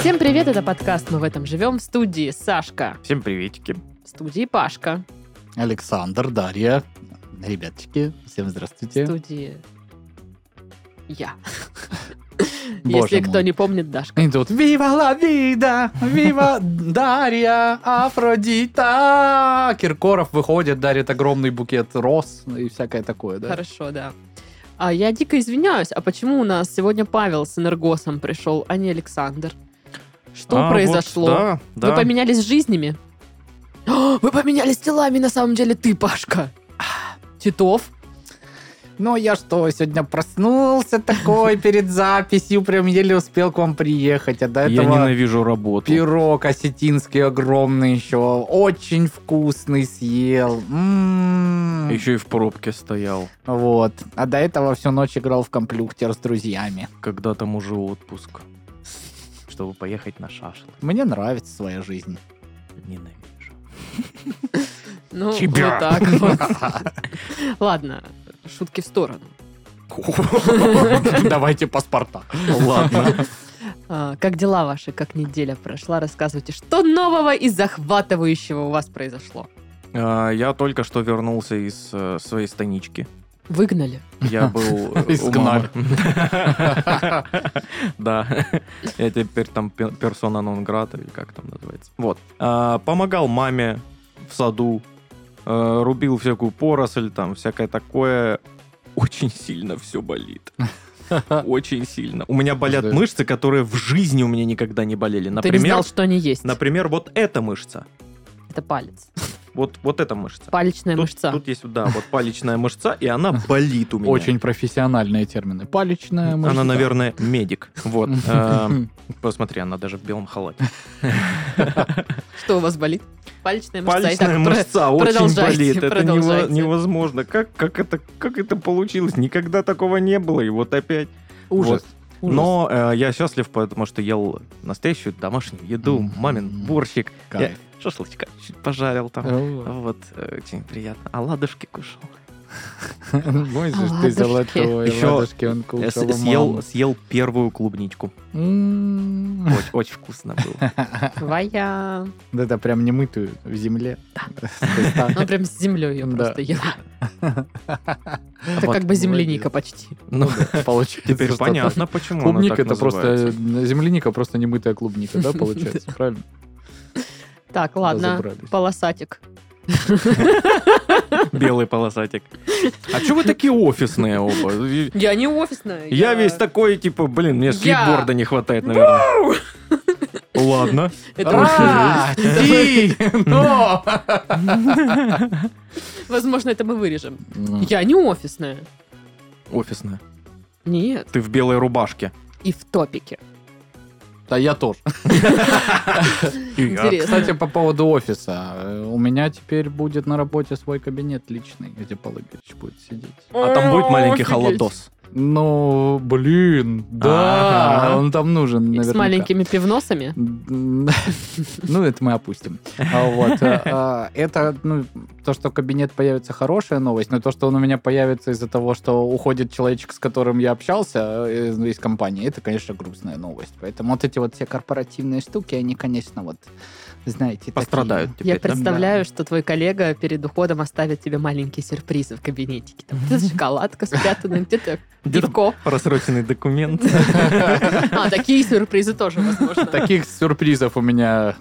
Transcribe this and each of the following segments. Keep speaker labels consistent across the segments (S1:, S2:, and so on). S1: Всем привет, это подкаст «Мы в этом живем» в студии Сашка,
S2: Всем приветики.
S1: в студии Пашка,
S3: Александр, Дарья, ребятчики, всем
S1: в
S3: здравствуйте.
S1: студии я.
S3: Боже
S1: Если кто
S3: мой.
S1: не помнит, Дашка.
S3: Они тут «Вива ла вида! Вива Дарья! Афродита!» Киркоров выходит, дарит огромный букет роз и всякое такое, да?
S1: Хорошо, да. А я дико извиняюсь, а почему у нас сегодня Павел с Энергосом пришел, а не Александр? Что
S2: А,
S1: произошло?
S2: вот, да, да.
S1: Вы поменялись жизнями? О, Вы поменялись телами, на самом деле ты, Пашка. Титов?
S3: Ну, я что, сегодня проснулся такой перед записью, прям еле успел к вам приехать, а
S2: Я
S3: до этого...
S2: ненавижу работу.
S3: Пирог осетинский огромный еще, очень вкусный съел. М.
S2: Еще и в пробке стоял.
S3: Вот. А до этого всю ночь играл в комплюктер с друзьями.
S2: Когда там уже отпуск. Чтобы поехать на шашлык.
S3: Мне нравится своя жизнь.
S2: Ненавижу.
S1: Ну,
S2: Тебя.
S1: вот так вот. Ладно, шутки в сторону.
S3: Давайте паспорта.
S2: Ладно.
S1: А, Как дела ваши, как неделя прошла? Рассказывайте, что нового и захватывающего у вас произошло?
S2: А, Я только что вернулся из э, своей станички.
S1: Выгнали?
S2: Я был э, у
S3: Изгнали.
S2: мамы. Да. Я теперь там пе- персона нон грата, или как там называется. Вот. А, Помогал маме в саду. э, Рубил всякую поросль, там, всякое такое. Очень сильно все болит. Очень сильно. У меня болят
S3: Подожди.
S2: мышцы, которые в жизни у меня никогда не болели.
S1: Ты не
S2: Например,
S1: знал, что они есть.
S2: например, вот эта мышца.
S1: Это палец.
S2: Вот, вот эта мышца.
S1: Палечная
S2: Тут,
S1: мышца.
S2: тут есть, да, вот палечная мышца, и она болит у меня.
S3: Очень профессиональные термины. Палечная мышца.
S2: Она, наверное, медик. Вот. эм, Посмотри, она даже в белом халате.
S1: Что у вас болит? Палечная мышца.
S2: Палечная
S1: Итак, про-
S2: мышца очень
S1: продолжайте,
S2: болит. Это нево-
S1: продолжайте.
S2: невозможно. Как, как, это, как это получилось? Никогда такого не было. И вот опять.
S3: Ужас.
S1: Ужас.
S2: Но э, я счастлив, потому что ел настоящую домашнюю еду.
S3: Мгм.
S2: Мамин борщик.
S3: Кайф.
S2: Я шашлычка чуть пожарил там. Вот, э, очень приятно. Оладушки кушал.
S3: Мой же ты
S1: А, Ладушки.
S3: золотой.
S2: Еще
S3: ладушки он
S2: Я с-
S3: кушал у
S2: съел,
S3: мамы.
S2: съел первую клубничку.
S3: М.
S2: Очень, очень вкусно было.
S1: Твоя.
S3: Да это прям немытую в земле.
S1: Она Ну, прям с землей ее
S3: Да.
S1: просто ела. Это
S2: Вот.
S1: как бы земляника почти.
S2: Ну,
S3: Получается.
S2: теперь
S3: что так.
S2: понятно, почему оно
S3: Клубника
S2: так
S3: это
S2: называется.
S3: просто э, земляника, просто немытая клубника, да, получается? Правильно?
S1: Так, ладно.
S3: Разобрались.
S1: Полосатик.
S2: Белый полосатик. А чё вы такие офисные оба? Я,
S1: Я не офисная.
S2: весь такой, типа, блин, мне же
S1: Я.
S2: киборда не хватает, наверное. Ладно.
S1: Это
S3: Ра! Ти! Но!
S1: мы- Возможно, это мы вырежем.
S3: Ну.
S1: Я не офисная.
S2: Офисная.
S1: Нет.
S2: Ты в белой рубашке.
S1: И в топике.
S3: Да А я тоже.
S1: Интересно.
S3: Кстати, по поводу офиса. Э, У меня теперь будет на работе свой кабинет личный, где Павел Игоревич будет сидеть.
S2: А там будет маленький
S1: Офигеть.
S2: холодос.
S3: Ну, блин, да,
S2: Ага.
S3: он там нужен,
S1: С
S3: наверняка.
S1: маленькими пивносами.
S3: М, Ну, это мы опустим. А Вот. а, а, Это, ну, то, что кабинет появится, хорошая новость, но то, что он у меня появится из-за того, что уходит человечек, с которым я общался э, из компании, это, конечно, грустная новость. Поэтому вот эти вот все корпоративные штуки, они, конечно, вот, знаете, такие.
S2: Пострадают
S1: Я
S2: теперь, Типа да?
S1: представляю, что твой коллега перед уходом оставит тебе маленькие сюрпризы в кабинетике. Там где-то шоколадка спрятана, где-то
S2: Где-то
S1: пивко.
S2: просроченный документ.
S1: А, такие сюрпризы тоже возможно.
S3: Таких сюрпризов у меня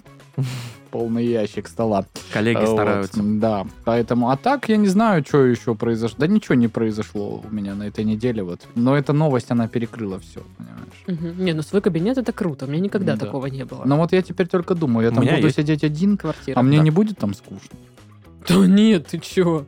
S3: полный ящик стола.
S2: Коллеги
S3: А Вот,
S2: стараются.
S3: Да, поэтому... А так, я не знаю, что еще произошло. Да ничего не произошло у меня на этой неделе. вот. Но эта новость, она перекрыла все, понимаешь?
S1: Мгм. Не, ну свой кабинет это круто. У меня никогда
S2: Ну
S3: Да.
S1: такого не было.
S3: Но вот я теперь только думаю, я
S2: У
S3: там
S2: меня
S3: буду
S2: есть.
S3: сидеть один,
S1: Квартира.
S3: а мне
S2: да.
S3: не будет там скучно.
S1: Да нет, ты чё?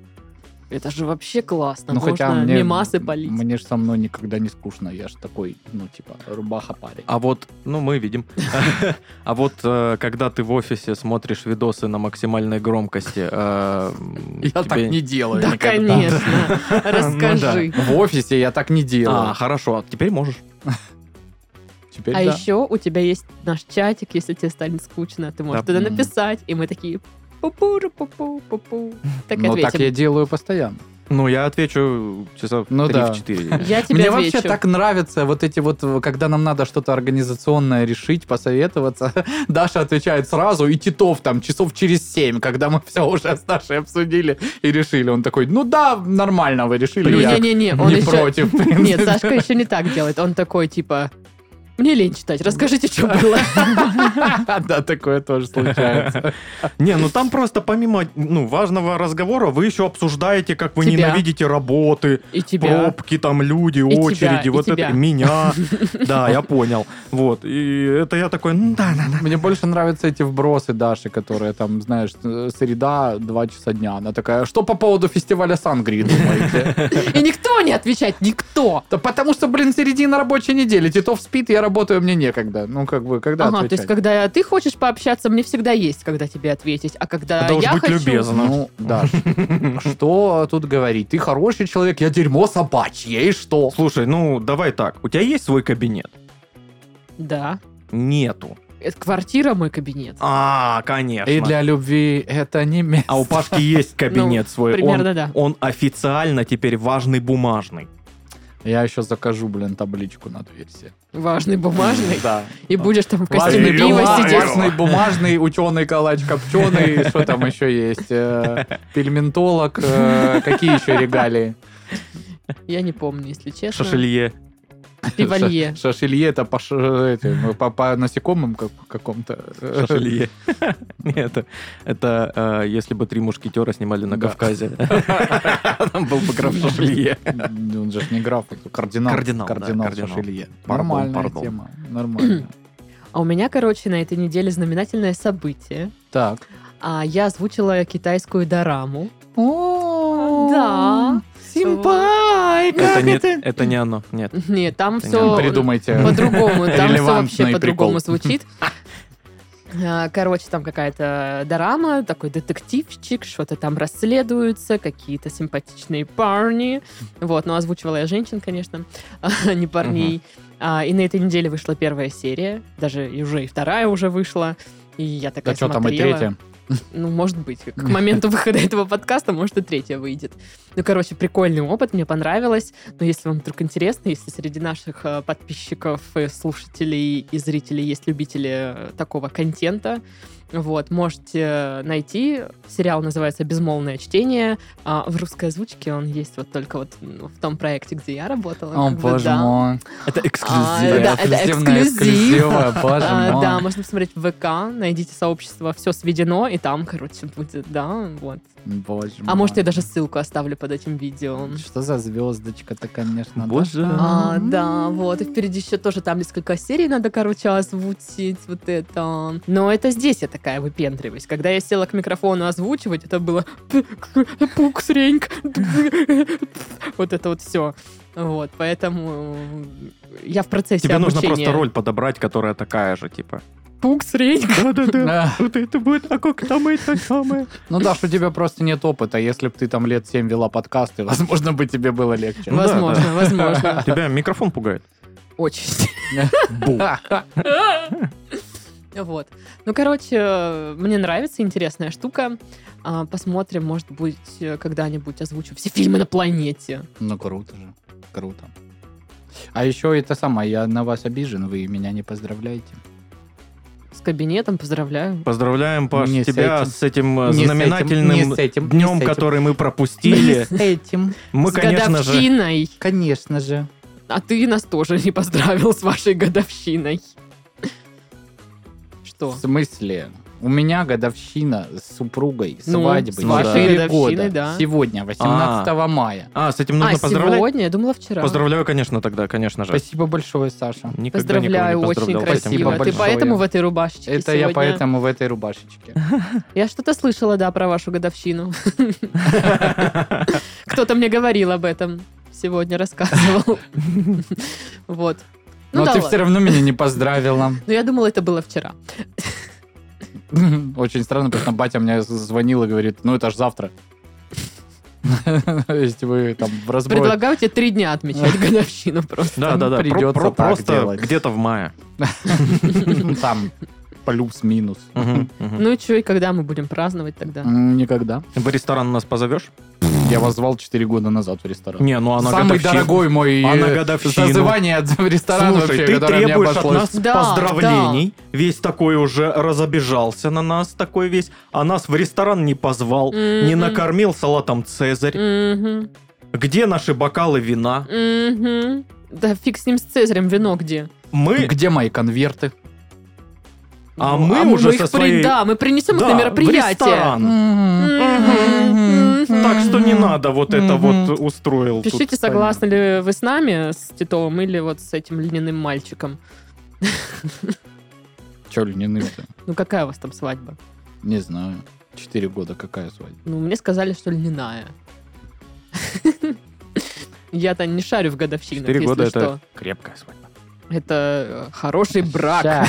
S1: Это же вообще
S3: Ну,
S1: классно.
S2: Ну,
S1: Можно мимасы полить.
S3: Мне же со мной никогда не скучно. Я же такой, ну, типа, рубаха парень.
S2: А вот, ну, мы видим. А вот, э, когда ты в офисе смотришь видосы на максимальной громкости... э, м, тебе-
S3: делаю.
S1: Да,
S2: Ну
S1: конечно. Расскажи.
S3: В офисе я так не
S2: А,
S3: делаю.
S2: хорошо, а теперь можешь.
S3: Теперь
S1: А
S3: да.
S1: еще у тебя есть наш чатик, если тебе станет скучно, ты можешь
S2: Да.
S1: туда
S3: Мгм.
S1: написать, и мы такие Пу-пу-ру-пу-пу-пу-пу. Так
S3: Но Ну, так я
S1: ответим.
S3: делаю постоянно.
S2: Ну, я отвечу часа
S3: Ну
S2: ну,
S3: да.
S2: 3-4.
S1: Я тебе
S3: Мне
S1: отвечу.
S3: вообще так нравятся вот эти вот, э, когда нам надо что-то организационное решить, посоветоваться. Даша отвечает сразу, и Титов там часов через семь, когда мы все уже с Дашей обсудили и решили. Он такой, ну да, нормально вы решили. я
S1: Не-не-не, он
S3: не
S1: еще...
S3: против. в принципе».
S1: Нет, Сашка еще не так делает. Он такой, типа, мне лень читать, расскажите, что было.
S3: Да, такое тоже случается.
S2: Не, ну там просто помимо ну, важного разговора вы еще обсуждаете, как вы
S1: Тебя.
S2: ненавидите работы,
S1: И тебя.
S2: пробки, там люди,
S1: тебя,
S2: очереди,
S1: и
S2: вот
S1: тебя.
S2: это, меня. Да, я понял. Вот, и это я такой, ну да, да, да.
S3: Мне больше нравятся эти вбросы Даши, которые там, знаешь, э, среда, два часа дня. Она такая, «А что по поводу фестиваля Сангри думаете?
S1: И никто не отвечает, никто.
S3: Да потому что, блин, середина рабочей недели. Титов спит, я работаю, мне некогда. Ну, как бы, когда
S1: Ага, то
S3: отвечать?
S1: есть, когда ты хочешь пообщаться, мне всегда есть, когда тебе ответить. А когда
S2: Это уж
S1: я
S2: будь
S1: хочу...
S2: любезна.
S3: Ну, Даш, Ну, что тут говорить? Ты хороший человек, я дерьмо собачье, и что?
S2: Слушай, ну давай так, у тебя есть свой кабинет?
S1: Да.
S2: Нету.
S1: Это квартира мой кабинет.
S2: А, конечно.
S3: И для любви это не место.
S2: А у Пашки есть кабинет свой.
S1: Ну, примерно
S2: он,
S1: да.
S2: он официально теперь важный бумажный.
S3: Я еще закажу, блин, табличку на дверь себе.
S1: Важный, бумажный.
S3: Да.
S1: И будешь там в
S2: Важный
S1: костюме пива
S2: бумажный.
S1: сидеть.
S3: Важный бумажный, ученый, калач, копченый, что там еще есть? Э, Пельментолог, э, какие еще регалии?
S1: Я не помню, если честно.
S2: Шашелье.
S1: Пивалье.
S3: Ша- Шашелье это по, ш- этим, по, по насекомым как- каком-то.
S2: Шашелье. Нет, это, это э, если бы три мушкетера снимали на
S3: Да.
S2: Кавказе. Там был бы граф Шашелье.
S3: Он же ж Ну, не граф, это кардинал.
S2: Кардинал, да,
S3: Кардинал
S2: кардинал.
S3: Шашелье.
S2: Пардон,
S3: Нормальная
S2: пардон.
S3: тема. Нормально.
S1: А у меня, короче, на этой неделе знаменательное событие.
S3: Так.
S1: А я озвучила китайскую дораму.
S3: Да.
S1: Да.
S3: Симпай,
S2: Это
S3: как
S2: не-
S3: это?
S2: Это не оно, нет.
S1: Нет, там
S2: Ты
S1: все
S3: Придумайте.
S1: по-другому. Там все вообще
S3: Релевантный
S1: по-другому
S3: прикол.
S1: звучит. А, Короче, там какая-то дорама, такой детективчик, что-то там расследуется, какие-то симпатичные парни. Вот, но озвучивала я женщин, конечно, а не парней. А, И на этой неделе вышла первая серия, даже и уже и вторая уже вышла. И я такая
S3: Да что там и
S1: смотрела.
S3: третье?
S1: Ну, может быть. К моменту выхода этого подкаста, может, и третья выйдет. Ну, короче, прикольный опыт, мне понравилось. Но если вам вдруг интересно, если среди наших э, подписчиков, и слушателей и зрителей есть любители э, такого контента, вот, можете найти. Сериал называется «Безмолвное чтение». А в русской озвучке он есть вот только вот ну, в том проекте, где я работала.
S3: О,
S1: Ну, как бы,
S3: боже
S1: да.
S3: мой.
S2: А, Это
S1: эксклюзив. да, это
S3: Эксклюзивная
S1: эксклюзив.
S3: эксклюзива, боже
S1: А,
S3: мой.
S1: да, можно посмотреть в ВК, найдите сообщество, все сведено, и там, короче, будет, да, вот.
S3: Боже
S1: А
S3: мой.
S1: может, я даже ссылку оставлю под этим видео.
S3: Что за звездочка-то, конечно,
S2: Боже.
S1: А, да, вот. И впереди еще тоже там несколько серий надо, короче, озвучить вот это. Но это здесь я такая выпендриваюсь. Когда я села к микрофону озвучивать, это было пук, среньк, вот это вот все. Вот, поэтому я в процессе
S2: Тебе нужно
S1: обучения.
S2: просто роль подобрать, которая такая же, типа.
S1: Пук, среньк.
S2: Да-да-да.
S3: Да.
S2: Вот это будет, а как там это самое?
S3: Ну, Даш, у тебя просто нет опыта. Если бы ты там лет 7 вела подкасты, возможно бы тебе было легче.
S2: Ну да,
S1: возможно, возможно.
S2: Тебя микрофон пугает?
S1: Очень.
S2: Бу.
S1: Вот. Ну, короче, э, мне нравится, интересная штука. А, Посмотрим, может быть, э, когда-нибудь озвучу все фильмы на планете.
S3: Ну, круто же. Круто. А еще это самое, я на вас обижен, вы меня не поздравляете.
S1: С кабинетом поздравляю.
S2: Поздравляем, Паш,
S3: Не с
S2: тебя
S3: этим.
S2: с этим э,
S3: Не с этим, не
S2: знаменательным
S3: с этим, не
S2: днем,
S3: с этим.
S2: который мы пропустили.
S3: С этим,
S2: Мы,
S1: С
S2: конечно же,
S1: годовщиной.
S3: конечно же.
S1: А ты нас тоже не поздравил с вашей годовщиной. Что?
S3: В смысле? У меня годовщина с супругой,
S1: Ну,
S3: свадьбы.
S1: с вашей
S3: четыре
S1: годовщиной,
S3: года.
S1: да.
S3: Сегодня, 18 мая.
S2: А, с этим
S1: А,
S2: нужно поздравлять?
S1: сегодня? Я думала вчера.
S2: Поздравляю, конечно, тогда, конечно же.
S3: Спасибо большое, Саша.
S2: Никогда
S1: Поздравляю,
S2: никого не
S1: очень
S2: поздравлял с этим
S1: красиво.
S2: днём.
S1: Ты
S3: большое.
S1: поэтому в этой рубашечке
S3: Это я
S1: сегодня?
S3: поэтому в этой рубашечке.
S1: Я что-то слышала, да, про вашу годовщину. Кто-то мне говорил об этом. Сегодня рассказывал. Вот. Ну
S2: а
S3: Но
S1: да
S3: ты
S1: ладно.
S3: все равно меня не поздравила.
S1: Но я думала, это было вчера.
S3: Очень странно, потому что батя мне звонил и говорит, ну это ж завтра. Если вы там в разброс...
S1: Предлагаю тебе три дня отмечать годовщину просто.
S2: Да, да, да. Про-
S3: Придётся
S2: про-
S3: так
S2: Просто
S3: делать.
S2: где-то в мае.
S3: Там. плюс-минус.
S2: Мгм, мгм.
S1: Ну и что, и когда мы будем праздновать тогда?
S3: М, Никогда.
S2: В ресторан нас позовешь?
S3: Я вас звал 4 года назад в ресторан.
S2: Не, ну она
S3: Самый
S2: годовщина.
S3: дорогой мой
S2: А на
S3: э,
S2: годовщину?
S3: созывание от ресторана
S2: Слушай,
S3: вообще,
S2: ты
S3: которое мне
S2: требуешь от
S3: обошлось.
S2: нас
S1: Да,
S2: поздравлений. Весь такой уже разобежался на нас, такой весь. А нас в ресторан не позвал, не
S1: Мгм.
S2: накормил салатом Цезарь.
S1: Мгм,
S2: Где наши бокалы вина?
S1: мгм. Да фиг с ним, с Цезарем, вино где?
S2: Мы...
S3: Где мои конверты?
S2: А
S1: Ну,
S2: мы уже со
S1: их
S2: своей-
S1: Да, мы принесем их
S2: Да,
S1: на
S2: в
S1: мероприятие.
S2: ресторан.
S1: Мгм, мгм.
S2: Так что не надо вот это
S3: Мгм.
S2: вот устроил. Ну, тут.
S1: Пишите, согласны ли вы с нами, с Титовым, или вот с этим льняным мальчиком.
S3: Че, льняные-то?
S1: Ну какая у вас там свадьба?
S3: Не знаю. Четыре года какая свадьба?
S1: Ну, мне сказали, что льняная. Я-то не шарю в годовщинах,
S2: Четыре
S1: если
S2: года
S1: что.
S2: это крепкая свадьба.
S1: Это э, хороший брак.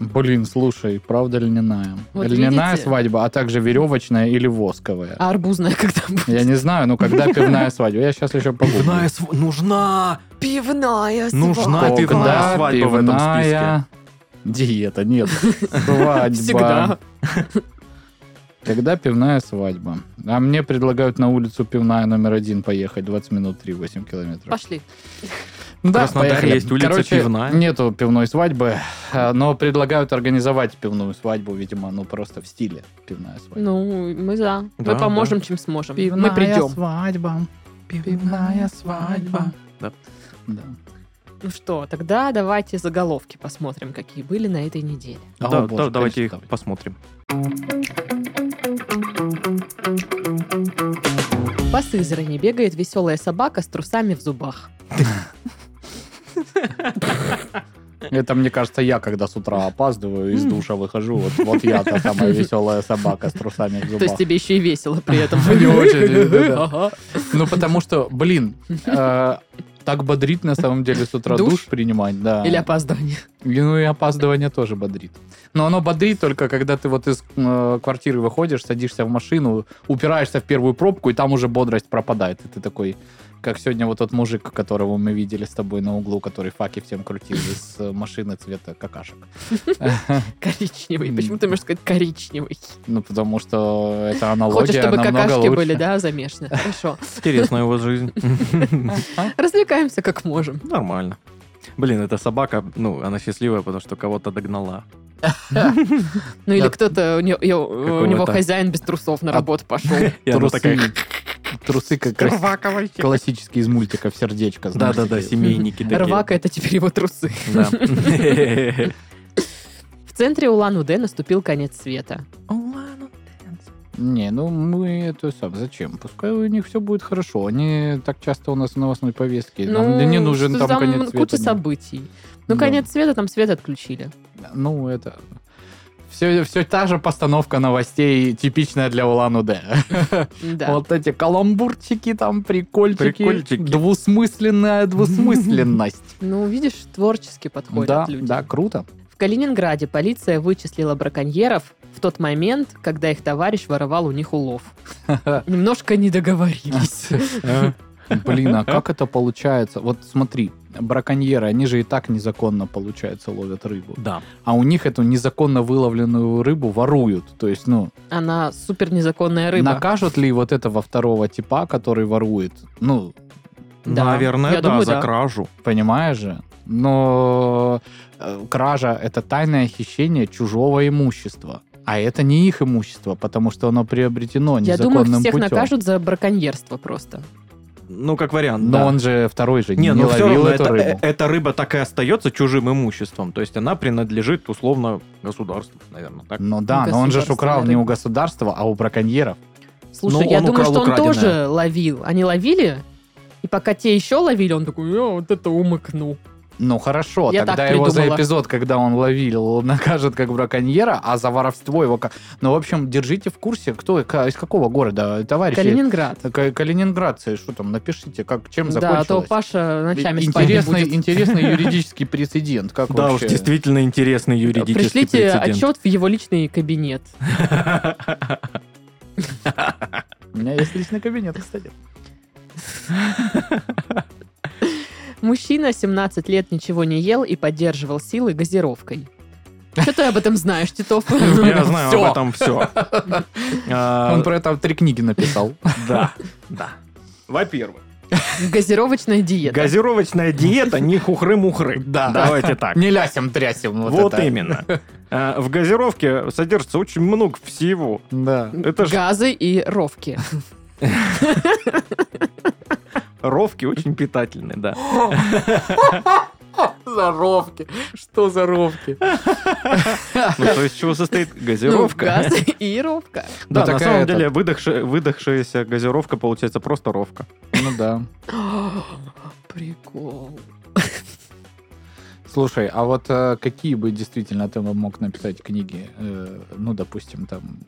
S3: Блин, слушай, правда льняная?
S1: Вот
S3: льняная
S1: видите?
S3: свадьба, а также веревочная или восковая.
S1: А арбузная когда
S3: Я
S1: будет?
S3: не знаю, но когда пивная свадьба? Я сейчас еще погуглю.
S2: Пивная св- Нужна!
S1: Пивная
S2: Нужна
S1: свадьба.
S2: Ну, пивная
S3: Когда
S2: свадьба в этом
S3: пивная Диета, нет.
S1: Всегда.
S3: Свадьба. Когда пивная свадьба? А мне предлагают на улицу пивная номер один поехать 20 минут 3-8 километров.
S1: Пошли.
S3: Ну Да,
S2: Краснодаре
S3: поехали.
S2: есть улица
S3: Короче,
S2: Пивная.
S3: нету пивной свадьбы, а, но предлагают организовать пивную свадьбу, видимо, ну просто в стиле пивная свадьба.
S1: Ну, мы за.
S2: Да,
S1: Мы поможем, чем сможем. Мы придем.
S3: свадьба, пивная свадьба.
S2: Да.
S3: Да.
S1: Ну что, тогда давайте заголовки посмотрим, какие были на этой неделе.
S3: О,
S2: Да,
S3: боже,
S2: да, давайте их
S3: конечно,
S2: посмотрим.
S1: По Сызрани бегает веселая собака с трусами в зубах.
S3: Это, мне кажется, я, когда с утра опаздываю, из душа выхожу, вот, вот я та самая веселая собака с трусами в
S1: То есть
S3: зубах.
S1: тебе еще и весело при этом.
S3: Не очень, да-да.
S1: Ага.
S3: Ну, потому что, блин, э, так бодрит на самом деле с утра
S1: Душ?
S3: душ принимать, да.
S1: Или опоздание.
S3: И, Ну и опаздывание тоже бодрит. Но оно бодрит только, когда ты вот из э, квартиры выходишь, садишься в машину, упираешься в первую пробку, и там уже бодрость пропадает. И ты такой, как сегодня вот тот мужик, которого мы видели с тобой на углу, который факи всем крутил из э, машины цвета какашек.
S1: Коричневый.
S3: М.
S1: Почему ты можешь сказать коричневый?
S3: Ну, потому что это
S1: Хочешь,
S3: аналогия
S1: чтобы
S3: А намного
S1: какашки
S3: лучше.
S1: были, да, замешаны? Хорошо.
S2: Интересная у вас жизнь.
S1: Развлекаемся как можем.
S2: Нормально. Блин, эта собака, ну, она счастливая, потому что кого-то догнала.
S1: Ну или
S3: Да. А
S1: кто-то, у нее- у него
S2: Какого-то.
S1: хозяин без трусов на работу пошел.
S2: И она такая,
S3: Трусы. Трусы как раз классические из мультиков сердечко. знаешь,
S2: Да-да-да,
S3: такие.
S2: семейники такие.
S1: Рвака это теперь его трусы.
S2: Да.
S1: В центре Улан-Удэ наступил конец света.
S3: Не, ну мы это сам. Зачем? Пускай у них все будет хорошо. Они так часто у нас в новостной повестке. Нам не нужен
S1: Ну, что
S3: там, конец света.
S1: куча
S3: не-
S1: событий. Ну,
S3: Да.
S1: конец света, там свет отключили.
S3: Ну, это... Все, все та же постановка новостей, типичная для Улан-Удэ.
S1: Да.
S3: Вот эти каламбурчики там, прикольчики.
S2: Прикольчики.
S3: Двусмысленная двусмысленность.
S1: Ну, видишь, творчески подходят
S3: Да,
S1: люди.
S3: да, круто.
S1: В Калининграде полиция вычислила браконьеров в тот момент, когда их товарищ воровал у них улов. Немножко не договорились.
S2: Э,
S3: Блин, а как это получается? Вот смотри, браконьеры, они же и так незаконно, получается, ловят рыбу.
S2: Да.
S3: а у них эту незаконно выловленную рыбу воруют. То есть, ну,
S1: Она супер незаконная рыба.
S3: накажут ли вот этого второго типа, который ворует? Ну,
S1: Да.
S2: Наверное,
S1: Я
S2: да,
S1: думаю,
S2: за
S1: да.
S2: кражу.
S3: понимаешь же? Но э, кража — это тайное хищение чужого имущества. А это не их имущество, потому что оно приобретено
S1: Я
S3: незаконным
S1: думаю, всех
S3: путем.
S1: накажут за браконьерство просто.
S2: Ну, как вариант,
S3: Но
S2: да.
S3: он же второй же не,
S2: Не, ну все
S3: ловил
S2: равно
S3: эту
S2: это- э-
S3: рыбу.
S2: эта рыба так и остается чужим имуществом. То есть она принадлежит условно государству, наверное, так?
S3: Ну да,
S1: Ну,
S3: но он же ж украл
S1: государственная
S3: не у
S1: рыба.
S3: государства, а у браконьеров.
S1: Слушай,
S2: Ну,
S1: я
S2: он
S1: думаю,
S2: украл
S1: что он
S2: украденное.
S1: тоже ловил. Они ловили, и пока те еще ловили, он такой, я вот это умыкнул.
S3: Ну хорошо,
S1: Я
S3: тогда
S1: так
S3: его за
S1: придумала.
S3: эпизод, когда он ловил, накажет как браконьера, а за воровство его как... Ну, в общем, держите в курсе, кто ка- из какого города, товарищи.
S1: Калининград.
S3: К- Калининградцы, что там, напишите, как, чем
S1: Да, а то
S3: закончилось.
S1: Паша ночами спать не
S3: интересный,
S1: будет.
S3: интересный юридический прецедент. Как
S2: Да уж,
S3: вообще?
S2: действительно интересный юридический
S1: Пришлите
S2: прецедент.
S1: отчет в его личный кабинет.
S3: У меня есть личный кабинет, кстати.
S1: Мужчина 17 лет ничего не ел и поддерживал силы газировкой. Что ты об этом знаешь, Титов?
S2: Я знаю
S3: Всё.
S2: об этом все. А
S3: Он про это три книги написал.
S2: Да, да. Во-первых,
S1: Газировочная диета.
S2: газировочная диета не хухры-мухры.
S3: Да.
S2: Давайте так.
S3: Не лясем, трясем. Вот,
S2: Вот
S3: это.
S2: именно. Э, В газировке содержится очень много всего.
S3: Да.
S2: Это ж
S1: Газы и ровки.
S2: ровки очень питательные, да.
S3: Заровки. Что заровки?
S2: Ну, то есть, из чего состоит
S1: Ну,
S2: газировка?
S1: газы и ровка.
S2: Да,
S3: Ну,
S2: на
S3: такая
S2: самом
S3: это-
S2: деле, выдохши- выдохшаяся газировка получается просто ровка.
S3: Ну да.
S1: Прикол.
S3: Слушай, а вот э, какие бы действительно ты бы мог написать книги? Э, ну, допустим, там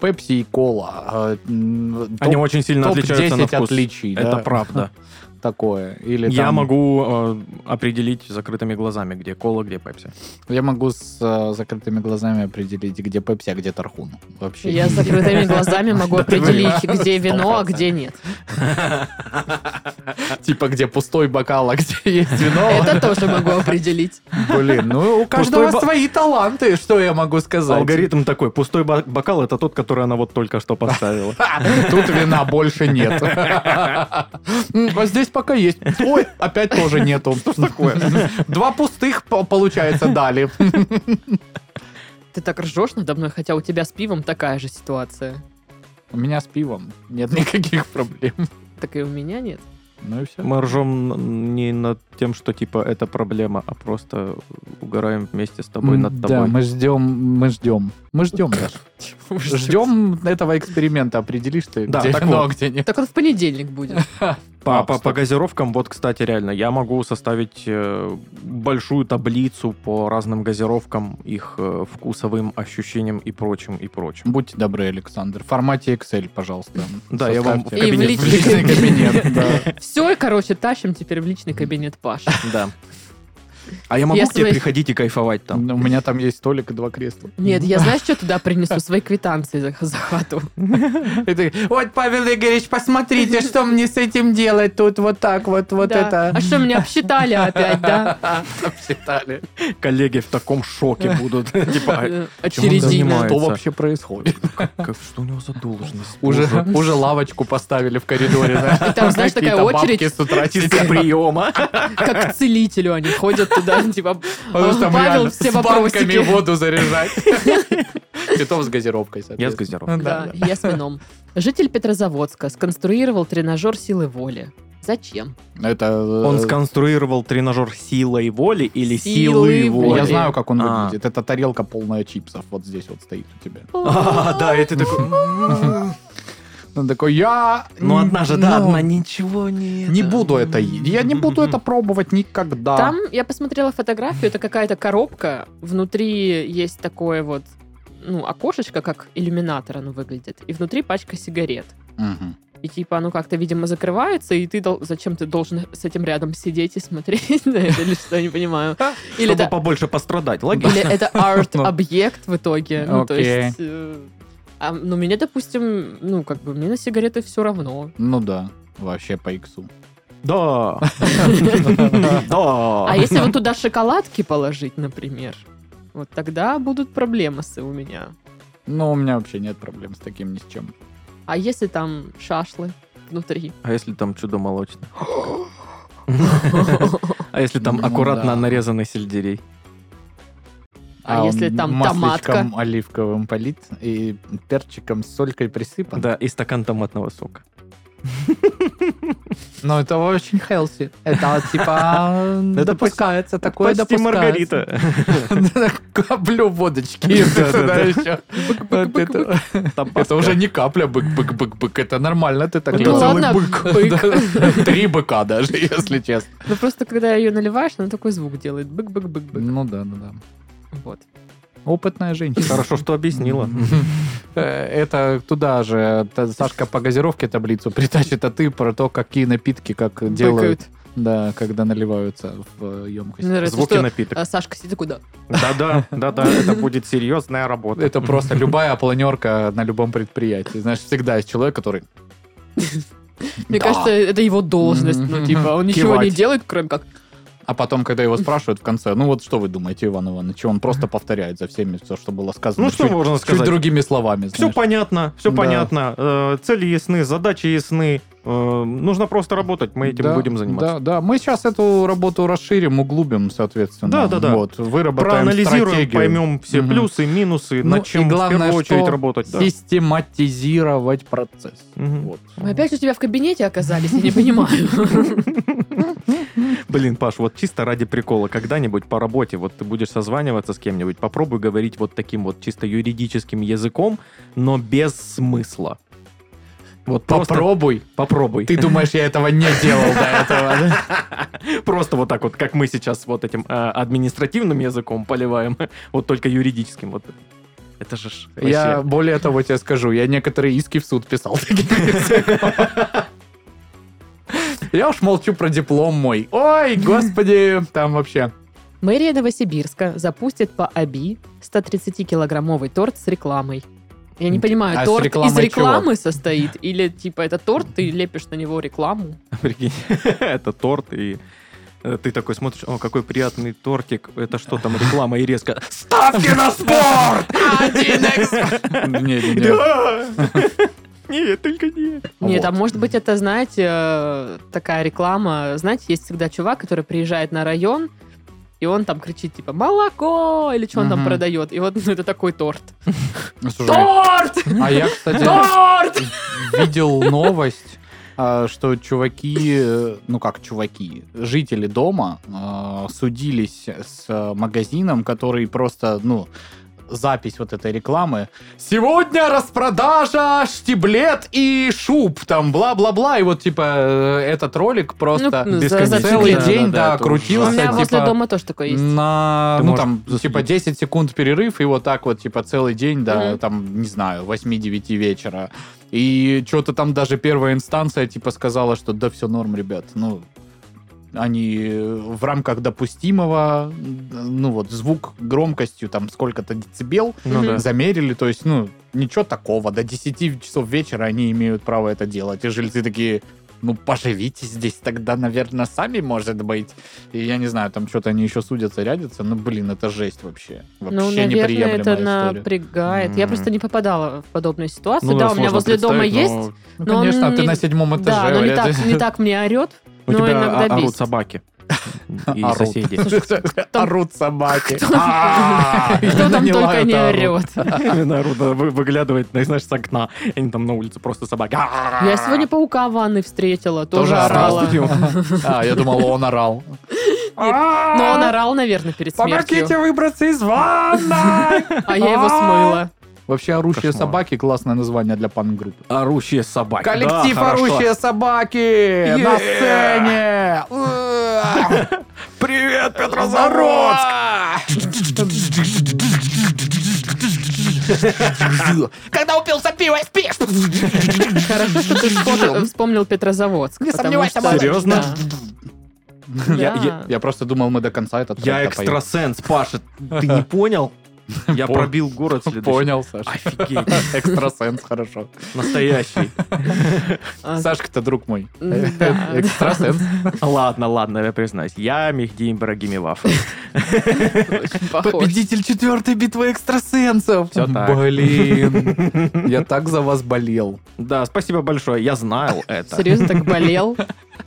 S3: Пепси и Кола. а,
S2: Они очень сильно отличаются на
S3: 10
S2: вкус.
S3: отличий.
S2: Это
S3: да?
S2: правда.
S3: Такое. Или
S2: Я
S3: там-
S2: могу э, определить закрытыми глазами, где кола, где пепси.
S3: Я могу с э, закрытыми глазами определить, где Пепси, а где Тархун. Вообще.
S1: Я с закрытыми глазами могу определить, где вино, а где нет.
S3: Типа, где пустой бокал, а где есть вино.
S1: Это тоже могу определить.
S3: Блин, ну у каждого
S2: ба-
S3: свои таланты, что я могу сказать.
S2: Алгоритм такой. Пустой ба- бокал это тот, который она вот только что поставила.
S3: Ха, Тут вина больше нет. М, А здесь пока есть. Ой, опять тоже нету. Что ж такое? Два пустых, по- получается, дали.
S1: Ты так ржешь надо мной, хотя у тебя с пивом такая же ситуация.
S3: У меня с пивом нет никаких проблем.
S1: Так и у меня нет.
S3: Ну и все.
S2: Мы ржем не над тем, что типа это проблема, а просто угораем вместе с тобой над
S3: Да,
S2: тобой.
S3: мы ждем, мы ждем. Мы ждем, Даш.
S1: Чего ж ты-
S3: Ждем этого эксперимента. Определишь ты,
S2: Да,
S3: где
S2: так
S3: вино, а
S2: вот.
S3: где нет.
S1: Так он в понедельник будет.
S2: По,
S3: А,
S2: по- по
S3: кстати.
S2: газировкам, вот, кстати, реально, я могу составить э, большую таблицу по разным газировкам, их э, вкусовым ощущениям и прочим, и прочим.
S3: Будьте добры, Александр. В формате Excel, пожалуйста.
S2: Да, я вам в
S3: Составьте.
S1: И в
S2: кабинет.
S1: личный
S3: личный
S1: кабинет.
S3: кабинет. да.
S1: Все, короче, тащим теперь в личный кабинет Паши.
S2: Да. А я могу
S1: Я
S2: к тебе
S1: свои-
S2: приходить и кайфовать там?
S3: Ну, У меня там есть столик и два кресла.
S1: Нет, я знаешь, что туда принесу? Свои квитанции за, за хату.
S3: И ты, вот, Павел Игоревич, посмотрите, что мне с этим делать тут, вот так вот, вот
S1: Да.
S3: это.
S1: А что, меня обсчитали опять, да?
S3: Обсчитали.
S2: Коллеги в таком шоке будут.
S3: А
S2: Типа,
S1: Э,
S2: чем он
S1: Очередина.
S2: занимается?
S3: Что вообще происходит?
S2: а как- что у него за должность?
S3: Уже,
S2: Боже.
S3: уже лавочку поставили в коридоре. да.
S1: И там, знаешь, такая
S3: Какие-то
S1: очередь. Типа,
S3: бабки с утра
S2: Чисто
S3: сидят.
S2: приема.
S1: Как к целителю они ходят туда, типа,
S3: Потому что там
S1: Павел,
S3: реально
S1: все
S3: с банками
S1: вопросики.
S3: воду заряжать. Титов с газировкой,
S2: Я с
S3: соответственно.
S2: газировкой.
S1: Да, я с вином. Житель Петрозаводска сконструировал тренажер силы воли. Зачем?
S3: Это... э,
S2: Он сконструировал тренажер силой воли или
S1: Силой
S2: силы
S1: воли.
S2: воли?
S3: Я знаю, как он
S2: А.
S3: выглядит. Это тарелка полная чипсов. Вот здесь вот стоит у тебя.
S2: А, да, и ты такой... «М-м-м».
S3: Он такой, я...
S2: Ну, одна же, да,
S3: ну,
S2: одна ничего не...
S3: Не
S2: это.
S3: буду это... е- Я не буду это пробовать никогда.
S1: Там я посмотрела фотографию, это какая-то коробка. Внутри есть такое вот ну, окошечко, как иллюминатор оно выглядит. И внутри пачка сигарет.
S3: Мгм.
S1: И типа оно как-то, видимо, закрывается, и ты дол- зачем ты должен с этим рядом сидеть и смотреть на это или что, я не понимаю. Или
S2: Чтобы
S1: это,
S2: побольше пострадать, логично.
S1: или это арт-объект в итоге. Ну, то
S3: Окей.
S1: есть... э, а, ну, мне, допустим, ну, как бы, мне на сигареты все равно.
S3: Ну да, вообще по иксу.
S2: Да.
S1: А
S2: Да.
S1: если вот туда шоколадки положить, например, вот тогда будут проблемы с- у меня.
S3: Ну, у меня вообще нет проблем с таким ни с чем.
S1: А если там шашлы внутри?
S2: А если там чудо молочное? А если там
S3: Ну
S2: аккуратно
S3: да.
S2: нарезанный сельдерей?
S1: А если
S3: м-
S1: там
S3: масличком оливковым полит и перчиком с солькой присыпан.
S2: Да, и стакан томатного сока.
S3: Но это очень хелси. Это типа
S2: Это
S3: допускается, такое
S2: Почти
S3: допускается.
S2: Маргарита.
S3: Каплю водочки. если
S2: Да, да,
S3: сюда
S2: да.
S3: еще. Вот Это это уже не капля бык-бык-бык-бык. Это нормально, ты так
S2: Ну
S1: Ну
S3: делаешь.
S1: ладно, бык.
S3: Да, Три быка даже, если честно.
S1: Ну просто когда ее наливаешь, она такой звук делает. Бык-бык-бык-бык.
S3: Ну да, да, да.
S1: Вот.
S3: Опытная женщина.
S2: Хорошо, что объяснила.
S3: Э, Это туда же та- Сашка по газировке таблицу притащит, а ты про то, какие напитки как делают,
S1: Быкают.
S3: да, когда наливаются в э, емкость.
S1: Мне нравится,
S2: Звуки
S1: что,
S2: напиток.
S1: а, Сашка сидит такой, да.
S2: Да-да, да-да, это будет серьезная работа.
S3: Это просто любая планерка на любом предприятии. Знаешь, всегда есть человек, который...
S1: Мне
S3: Да.
S1: кажется, это его должность. Ну,
S3: Мгм.
S1: типа, он ничего не
S3: Кивать.
S1: делает, кроме как...
S3: А потом, когда его спрашивают в конце, ну вот что вы думаете, Иван Иванович, он просто повторяет за всеми все, что было сказано.
S2: Ну, что
S3: чуть-
S2: можно
S3: чуть
S2: сказать?
S3: другими словами,
S2: Все
S3: знаешь.
S2: понятно, все
S3: Да.
S2: понятно. Э, Цели ясны, задачи ясны. Э, Нужно просто работать, мы этим
S3: Да,
S2: будем заниматься.
S3: Да, да. Мы сейчас эту работу расширим, углубим, соответственно.
S2: Да, да, да.
S3: Вот, выработаем
S2: Проанализируем,
S3: стратегию.
S2: поймем все
S3: Мгм.
S2: плюсы, минусы,
S3: Ну, и
S2: над чем в
S3: главное,
S2: первую очередь
S3: что
S2: работать. да.
S3: Систематизировать процесс.
S2: Мгм.
S3: Вот.
S1: Мы опять у тебя в кабинете оказались, я не понимаю.
S2: Блин, Паш, вот чисто ради прикола, когда-нибудь по работе, вот ты будешь созваниваться с кем-нибудь, попробуй говорить вот таким вот чисто юридическим языком, но без смысла. Вот просто
S3: Попробуй.
S2: попробуй.
S3: Ты думаешь, я этого не делал до этого? да?
S2: Просто вот так вот, как мы сейчас вот этим э, административным языком поливаем, вот только юридическим. Вот. Это же ж вообще-
S3: Я более того тебе скажу, я некоторые иски в суд писал. таким языком. Я уж молчу про диплом мой. Ой, господи, там вообще.
S1: Мэрия Новосибирска запустит по АБИ 130-килограммовый торт с рекламой. Я не понимаю,
S3: А с
S1: торт из
S3: рекламой
S1: рекламы состоит? Или, типа, это торт, ты лепишь на него рекламу?
S2: Прикинь, это торт, и э, ты такой смотришь, о, какой приятный тортик, это что там, реклама, и резко «Ставки на спорт!»
S3: Не-не-не.
S2: Да! Нет, только не.
S1: Нет, а
S3: Вот.
S1: может быть, это, знаете, э, такая реклама. Знаете, есть всегда чувак, который приезжает на район, и он там кричит, типа, молоко, или что он там
S3: Мгм.
S1: продает. И вот ну, это такой торт.
S3: Слушай,
S1: Торт!
S3: А я, кстати,
S1: Торт!
S3: видел новость, а, что чуваки, э, ну как чуваки, жители дома э, судились с э, магазином, который просто, ну, запись вот этой рекламы. Сегодня распродажа штиблет и шуб, там, бла-бла-бла. И вот, типа, э, этот ролик просто
S1: Ну,
S2: за- за
S3: целый
S2: штиблет.
S3: день,
S2: Да-да-да,
S3: да,
S2: это
S1: У
S3: крутился.
S1: меня возле
S3: типа,
S1: дома тоже такое есть.
S3: на,
S2: Ты
S3: ну,
S2: можешь
S3: там,
S2: засудить.
S3: типа, 10 секунд перерыв, и вот так вот, типа, целый день, да,
S1: Мгм.
S3: там, не знаю, 8-9 вечера. И что-то там даже первая инстанция, типа, сказала, что да, все норм, ребят, ну, они э, в рамках допустимого, н- ну, вот, звук громкостью, там, сколько-то децибел
S2: Ну да.
S3: замерили, то есть, ну, ничего такого, до 10 часов вечера они имеют право это делать, и жильцы такие... Ну, поживите здесь тогда, наверное, сами, может быть. И я не знаю, там что-то они еще судятся, рядятся. Ну, блин, это жесть вообще. Вообще
S1: ну, наверное,
S3: неприемлемая
S1: это
S3: история.
S1: напрягает. Я
S2: М.
S1: просто не попадала в подобную ситуацию.
S2: Ну
S1: да, у меня
S2: сложно
S1: возле дома
S2: представить, но
S1: есть.
S3: Ну,
S1: но
S3: конечно,
S1: он
S3: ты
S1: не-
S3: на седьмом этаже.
S1: да, но не
S3: это-
S1: так, не так мне орет.
S2: У
S1: но
S2: тебя
S1: иногда
S2: о- орут
S1: бесит.
S2: собаки. И
S3: Орут.
S2: соседи.
S3: Орут собаки. А,
S1: Кто там
S3: не
S1: только
S3: лают,
S1: не
S3: а орут.
S1: орет.
S2: Именно орут, да, вы- выглядывает, знаешь, с окна. Они там на улице просто собаки. А!
S1: Я сегодня паука в ванной встретила, тоже
S3: Тоже орал.
S1: орала.
S2: Здравствуйте.
S3: А, я думал, он орал.
S1: Но он орал, наверное, перед смертью.
S3: выбраться из ванной!
S1: А я его смыла.
S3: Вообще, орущие
S2: Кошмар.
S3: собаки классное название для панк-группы.
S2: Орущие собаки.
S3: Коллектив
S2: Да, А хорошо.
S3: орущие собаки на сцене.
S2: Привет, Петрозаводск!
S3: Ура! Когда упился пиво и спишь?
S1: Хорошо, что ты вспом- вспомнил Петрозаводск.
S3: Не
S1: потому
S3: сомневайся,
S1: что-
S3: мама.
S2: Серьезно?
S1: Да.
S2: Я-
S1: Да.
S2: я-
S3: Я просто думал, мы до конца этот
S2: Я
S3: трек допоем.
S2: экстрасенс, Паша. Ты не понял? Я
S3: Пон-
S2: пробил город следующий.
S3: Понял, Саша.
S2: Офигеть,
S3: Экстрасенс, хорошо.
S2: настоящий.
S1: А,
S3: Сашка-то друг мой.
S1: М, да.
S3: Экстрасенс.
S2: Ладно, ладно, я признаюсь. Я Мехди Ибрагимивав.
S1: очень похож.
S3: четвертой битвы экстрасенсов.
S2: Всё так.
S3: Блин. Я так за вас болел.
S2: Да, спасибо большое, я знал это.
S1: Серьезно, так болел?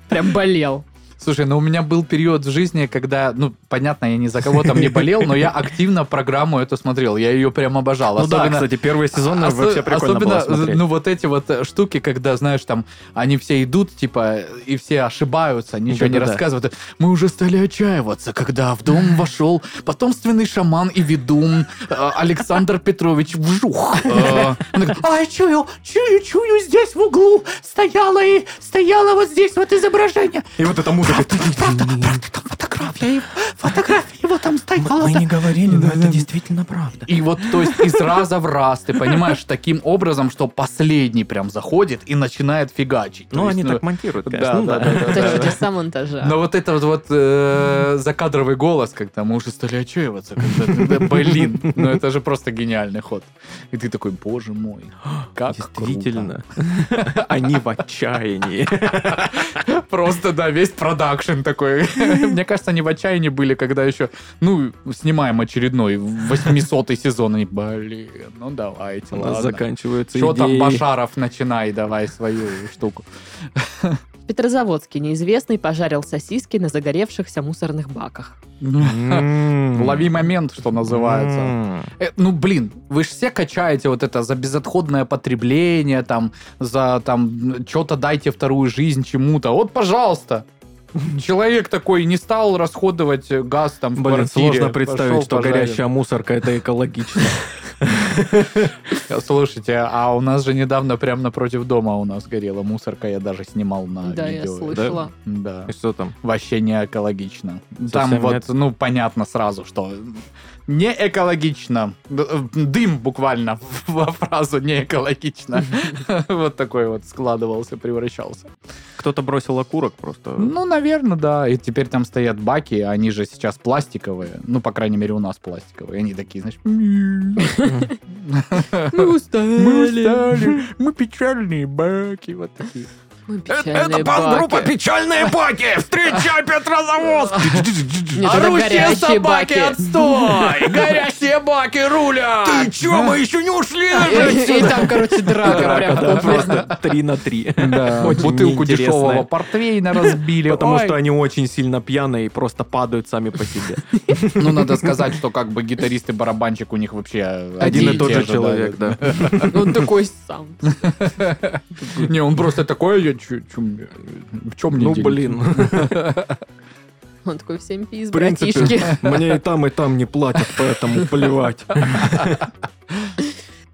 S1: Прям болел.
S3: Слушай, ну у меня был период в жизни, когда, ну, понятно, я ни за кого там не болел, но я активно программу эту смотрел. Я ее прям обожал.
S2: Ну да,
S3: Особенно-
S2: кстати, первый сезон
S3: Осо-
S2: вообще прикольно
S3: особенно,
S2: было смотреть.
S3: ну, вот эти вот э, штуки, когда, знаешь, там, они все идут, типа, и все ошибаются, ничего не
S2: Да-да-да.
S3: рассказывают. Мы уже стали отчаиваться, когда в дом вошел потомственный шаман и ведун э, Александр Петрович Вжух. Э, он такой, А я чую, чую, чую, здесь в углу стояло и стояло вот здесь вот изображение.
S2: И вот эта музыка.
S3: Правда, правда, там вот так фотография, его- фотография его там стояла.
S2: Мы не говорили, но это
S3: Да-да.
S2: действительно правда.
S3: И вот, то есть, из раза в раз, ты понимаешь, таким образом, что последний прям заходит и начинает фигачить. То
S2: Ну,
S3: есть,
S2: они так монтируют,
S3: да,
S2: конечно. Ну,
S3: да,
S2: да.
S3: да, да,
S1: Это
S3: да.
S1: чудеса монтажа.
S3: Но вот это вот, вот э, закадровый голос, когда мы уже стали очаиваться, когда ты- да, блин, ну это же просто гениальный ход. И ты такой, боже мой, как круто».
S2: Действительно. Они в отчаянии.
S3: Просто, да, весь продакшн такой. Мне кажется, они в отчаянии были, когда еще, ну, снимаем очередной 800 сезон, они, блин, ну давайте,
S2: У нас
S3: ладно.
S2: заканчиваются
S3: Что там,
S2: идеи.
S3: Башаров, начинай, давай свою штуку.
S1: В Петрозаводске неизвестный пожарил сосиски на загоревшихся мусорных баках.
S2: М.
S3: Лови момент, что называется.
S2: М.
S3: Э, ну, блин, вы же все качаете вот это за безотходное потребление, там, за, там, что-то дайте вторую жизнь чему-то. Вот, пожалуйста. Человек такой не стал расходовать э, газ там в
S2: Блин,
S3: квартире.
S2: сложно представить,
S3: Пошел,
S2: что
S3: пожарил.
S2: горящая мусорка это экологично.
S3: Слушайте, а у нас же недавно прям напротив дома у нас горела мусорка, я даже снимал на
S1: Да, я
S3: видео.
S1: слышала.
S3: А, Да.
S2: И Что там?
S3: Вообще не экологично.
S2: Совсем
S3: там вот,
S2: нет?
S3: ну, понятно сразу, что не экологично. Д- э, Дым буквально во фразу не экологично. Вот такой вот складывался, превращался.
S2: Кто-то бросил окурок просто.
S3: Ну, наверное, да. И теперь там стоят баки, а они же сейчас пластиковые. Ну, по крайней мере, у нас пластиковые. И Они такие, значит...
S1: Мы устали.
S3: Мы устали, мы печальные баки, вот такие.
S1: Мы печальные баки.
S2: Э, «Печальные баки». Встречай, Петрозаводск! А
S1: Нет, это горячие баки.
S3: отстой! Горящие баки рулят! Ты
S2: Че, мы еще не ушли?
S1: И и там, короче, драка прям попросту.
S2: Просто 3 на 3.
S3: Да,
S2: Очень
S3: бутылку
S2: неинтересная.
S3: дешевого портвейна разбили.
S2: Потому
S3: Ой.
S2: что они очень сильно пьяные и просто падают сами по себе.
S3: Ну, надо сказать, что как бы гитарист и барабанщик у них вообще...
S2: Один и тот
S3: те
S2: же человек, да.
S1: Он такой сам.
S3: Не, он просто такой, я чё- чё мне- в чем не
S2: Ну, блин.
S1: Он такой, всем пиз,
S2: В принципе,
S1: братишки.
S2: мне и там, и там не платят, поэтому плевать.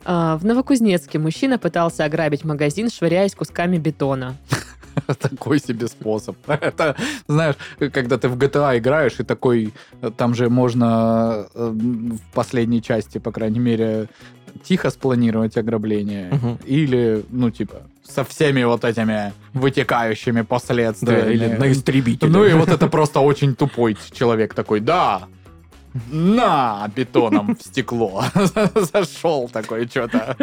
S1: А, В Новокузнецке мужчина пытался ограбить магазин, швыряясь кусками бетона.
S3: Такой себе способ. Это, знаешь, когда ты в GTA играешь, и такой, э, там же можно э, в последней части, по крайней мере, тихо спланировать ограбление.
S2: Мгм.
S3: Или, ну, типа, со всеми вот этими вытекающими последствиями.
S2: Да, или на истребителе.
S3: Ну и вот это просто очень тупой человек такой, да, на бетоном в стекло. Зашел такой что-то.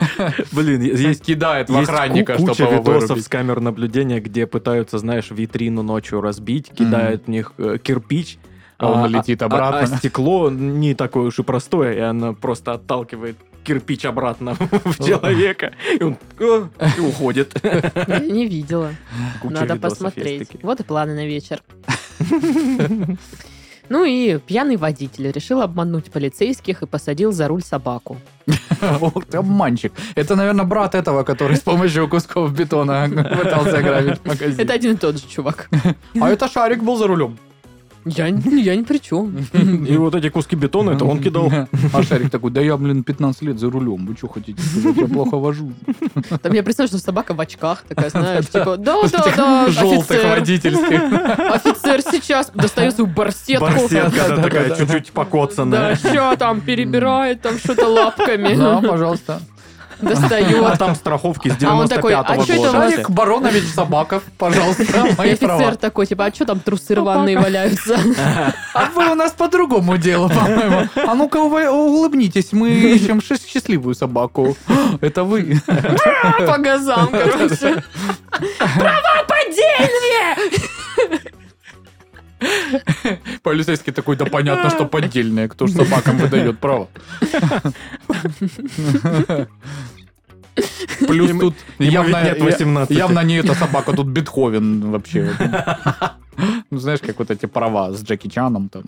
S2: Блин,
S3: Здесь
S2: есть
S3: кидает в
S2: Есть
S3: охранника,
S2: ку- куча
S3: чтобы его
S2: видосов
S3: вырубить.
S2: с камер наблюдения, где пытаются, знаешь, витрину ночью разбить, кидают в них э, кирпич.
S3: А он летит обратно.
S2: А, а стекло не такое уж и простое, и оно просто отталкивает кирпич обратно в человека, и он э, и уходит.
S1: Я не видела.
S2: Куча
S1: Надо
S2: видосов есть
S1: посмотреть.
S2: такие.
S1: Вот и планы на вечер. Ну и пьяный водитель решил обмануть полицейских и посадил за руль собаку.
S3: Ох ты обманщик. Это, наверное, брат этого, который с помощью кусков бетона пытался грабить магазин.
S1: Это один и тот же чувак.
S3: А это шарик был за рулем.
S1: Я, не- я ни при чем.
S2: И вот эти куски бетона, это он кидал.
S3: А шарик такой, да я, блин, 15 лет за рулем. Вы что хотите? сказать? Я плохо вожу.
S1: Там я представляю, что собака в очках такая, знаешь, типа, да-да-да,
S3: Желтых
S1: офицер,
S3: водительских.
S1: офицер сейчас достает свою барсетку.
S2: Барсетка да, такая чуть-чуть
S1: Да,
S2: покоцанная.
S1: что там, перебирает там что-то
S3: Да,
S1: лапками,
S3: пожалуйста.
S2: А
S1: достает.
S2: там страховки с
S1: А он такой, а
S2: 95-го года.
S1: чё это у вас?
S3: Шарик Баронович Собаков, пожалуйста,
S1: И
S3: мои права.
S1: офицер такой, типа, а что там трусы рваные валяются?
S3: А вы у нас по другому делу, по-моему. А ну-ка вы улыбнитесь, мы ищем ши- счастливую собаку. Это вы.
S1: По газам, короче. Права по дереве!
S3: Полицейский такой, да понятно, что поддельное. Кто ж собакам выдает право? Плюс тут
S2: ему
S3: явно,
S2: ведь нет
S3: я-
S2: 18.
S3: явно не эта собака, тут Бетховен вообще. Ну, знаешь, как вот эти права с Джеки Чаном, там,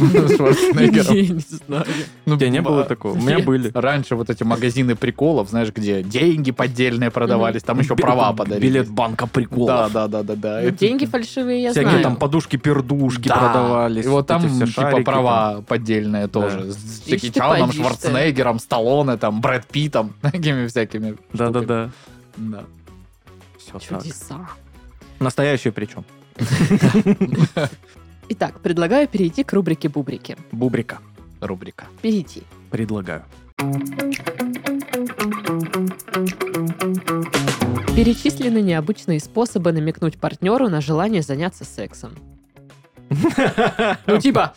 S3: с Шварценеггером.
S1: Я не знаю.
S3: Ну,
S2: У тебя не было
S3: а,
S2: такого? У меня
S1: Нет.
S2: были.
S3: Раньше вот эти магазины приколов, знаешь, где деньги поддельные продавались, там еще
S2: Б-
S3: права подарили.
S2: Билет банка приколов.
S3: Да, да, да, да, да.
S1: Ну,
S3: Это-
S1: Деньги фальшивые, я
S2: Всякие
S1: знаю.
S2: там подушки-пердушки
S3: Да.
S2: продавались.
S3: И вот там
S2: эти все
S3: типа
S2: шарики
S3: права поддельные тоже. С
S1: Ишь
S3: Джеки
S1: ты,
S3: Чаном,
S1: подишь ты.
S3: Шварценеггером, Сталлоне, там, Брэд Питом, такими всякими.
S2: там. Да-да-да.
S3: Да.
S2: Все так.
S1: Чудеса.
S2: Настоящие причем.
S1: Итак, предлагаю перейти к рубрике «Бубрики».
S2: Бубрика.
S3: Рубрика.
S1: Перейти.
S2: Предлагаю.
S1: Перечислены необычные способы намекнуть партнеру на желание заняться сексом. Ну, типа,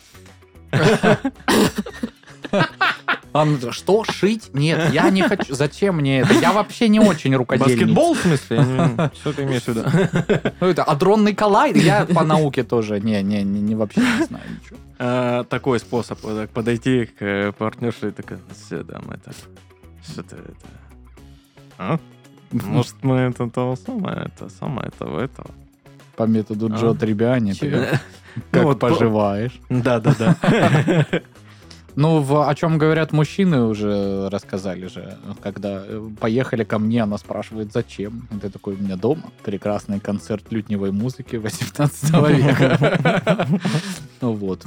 S3: Анна, А, ну да что шить? Нет, я не хочу. Зачем мне это? Я вообще не очень рукодельник.
S2: Баскетбол, в смысле? Я не понимаю, Что ты имеешь в виду?
S3: Ну это адронный коллайдер. Я по науке тоже не, не, не, не вообще не знаю ничего.
S2: Э, Такой способ э, так, подойти к э, партнерше и такая, все, дам это. Что-то это... А? Может, мы это того самое, это самое, этого, этого.
S3: По методу
S2: А.
S3: Джо Трибиани. ты
S2: Чего?
S3: Как
S2: Ну вот,
S3: поживаешь?
S2: Да, да, да.
S3: Ну, в, о чем говорят мужчины уже рассказали же. Когда э, поехали ко мне, она спрашивает, зачем? И Ты такой, у меня дома прекрасный концерт лютневой музыки 18 века. Ну вот.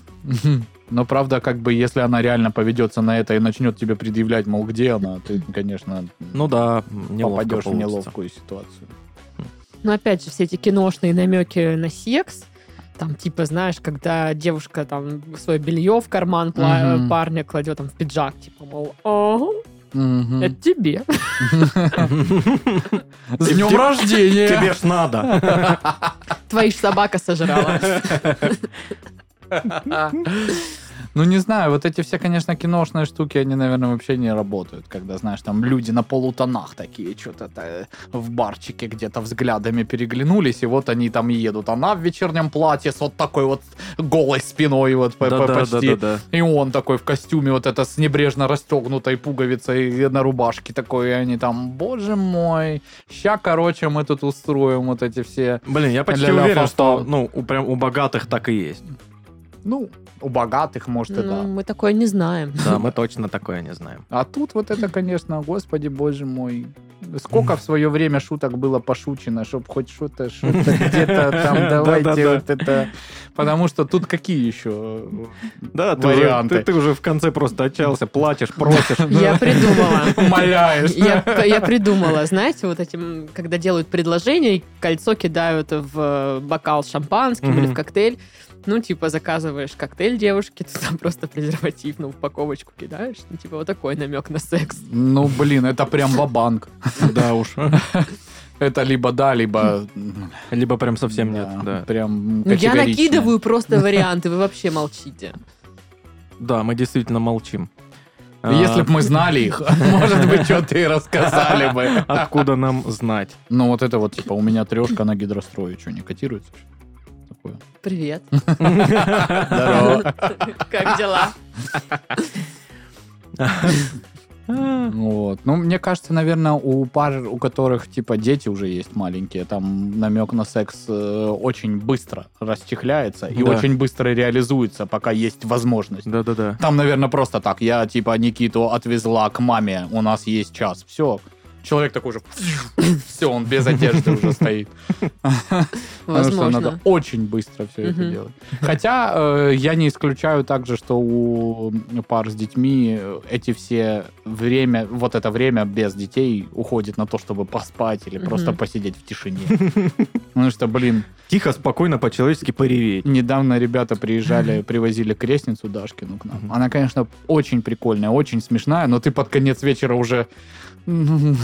S3: Но правда, как бы, если она реально поведется на это и начнет тебе предъявлять, мол, где она, ты, конечно,
S2: Ну да, неловко
S3: попадешь в
S2: получится.
S3: неловкую ситуацию.
S1: ну опять же, все эти киношные намеки на секс, там, типа, знаешь, когда девушка там свое белье в карман пла-
S3: Мгм.
S1: парня кладет там в пиджак, типа, мол, «О,
S3: Мгм.
S1: это тебе.
S3: С днем рождения!
S2: Тебе ж надо.
S1: Твоя ж собака сожрала.
S3: Ну, не знаю, вот эти все, конечно, киношные штуки, они, наверное, вообще не работают, когда, знаешь, там люди на полутонах такие что-то та- в барчике где-то взглядами переглянулись, и вот они там едут. Она в вечернем платье с вот такой вот голой спиной вот по- по- почти.
S2: Да-да-да-да.
S3: И он такой в костюме, вот это с небрежно расстегнутой пуговицей на рубашке такой, и они там, боже мой, ща, короче, мы тут устроим вот эти все,
S2: Блин, я почти
S3: Ля-ля,
S2: уверен,
S3: фа-фа.
S2: что ну, у, прям у богатых так и есть.
S3: ну, у богатых, может, и
S1: Ну,
S3: да.
S1: мы такое не знаем.
S2: Да, мы точно такое не знаем.
S3: А тут вот это, конечно, господи боже мой. Сколько в свое время шуток было пошучено, чтобы хоть что-то, что-то где-то там давайте
S2: Да-да-да.
S3: вот это. Потому что тут какие э, еще?
S2: Да, ты, уже,
S3: Варианты.
S2: ты, ты уже в конце просто отчаялся, плачешь, просишь.
S3: Ну,
S1: Я придумала.
S3: Умоляешь.
S1: Я, я придумала, знаете, вот этим, когда делают предложение, и кольцо кидают в бокал с шампанским или в
S2: Мгм.
S1: коктейль. Ну, типа, заказываешь коктейль девушке, ты там просто презерватив на упаковочку кидаешь. Ну, типа, вот такой намек на секс.
S3: Ну, блин, это прям бабанк.
S2: Да уж.
S3: Это либо да, либо...
S2: Либо прям совсем нет.
S3: да,
S2: Да.
S3: Прям
S1: Ну, я
S3: категорично.
S1: накидываю просто варианты, вы вообще молчите.
S2: да, мы действительно молчим. А,
S3: Если бы мы знали их, может быть, что-то и рассказали бы.
S2: Откуда нам знать?
S3: Ну, вот это вот, типа, у меня трешка на гидрострое, что, не котируется? Такое.
S1: Привет.
S3: Здорово.
S1: Как дела?
S3: Вот. Ну, мне кажется, наверное, у пар, у которых, типа, дети уже есть маленькие, там намек на секс э, очень быстро расчехляется и
S2: Да.
S3: очень быстро реализуется, пока есть возможность.
S2: Да-да-да.
S3: Там, наверное, просто так. Я, типа, Никиту отвезла к маме, у нас есть час. Все. Человек такой же... Все, он без одежды уже стоит. Потому что надо
S1: Возможно.
S3: очень быстро все это
S1: Мгм.
S3: делать. Хотя э, я не исключаю также, что у пар с детьми э, эти все время, вот это время без детей уходит на то, чтобы поспать или
S1: Мгм.
S3: просто посидеть в тишине. Потому что, блин,
S2: Тихо, спокойно, по-человечески пореветь.
S3: недавно ребята приезжали, привозили крестницу Дашкину к нам.
S2: Мгм.
S3: Она, конечно, очень прикольная, очень смешная, но ты под конец вечера уже... ну,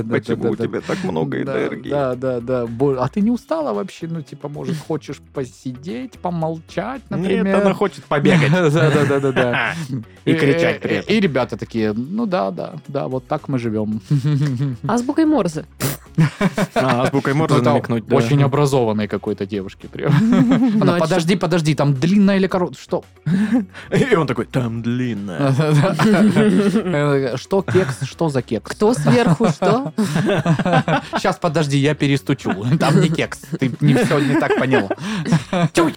S2: Почему у
S3: Почему
S2: тебя так много
S3: да,
S2: энергии?
S3: Да, да, да. Бо- А ты не устала вообще? Ну, типа, может, хочешь посидеть, помолчать, например?
S2: Нет, она хочет побегать.
S3: Да, да, да, да, да.
S2: И кричать при этом.
S3: И ребята такие, ну да, да, да, вот так мы живем.
S1: Азбукой Морзе.
S2: А, азбукой можно
S3: Это
S2: намекнуть. да.
S3: Очень образованной какой-то девушке прям.
S1: Ну, а
S3: Она,
S1: чё?
S3: подожди, подожди, там длинная или короткая? Что?
S2: И он такой, там длинная.
S3: Э, Что кекс, что за кекс?
S1: Кто сверху, что?
S3: Сейчас, подожди, я перестучу. Там не кекс. Ты не все не так поняла.
S1: Тьфу.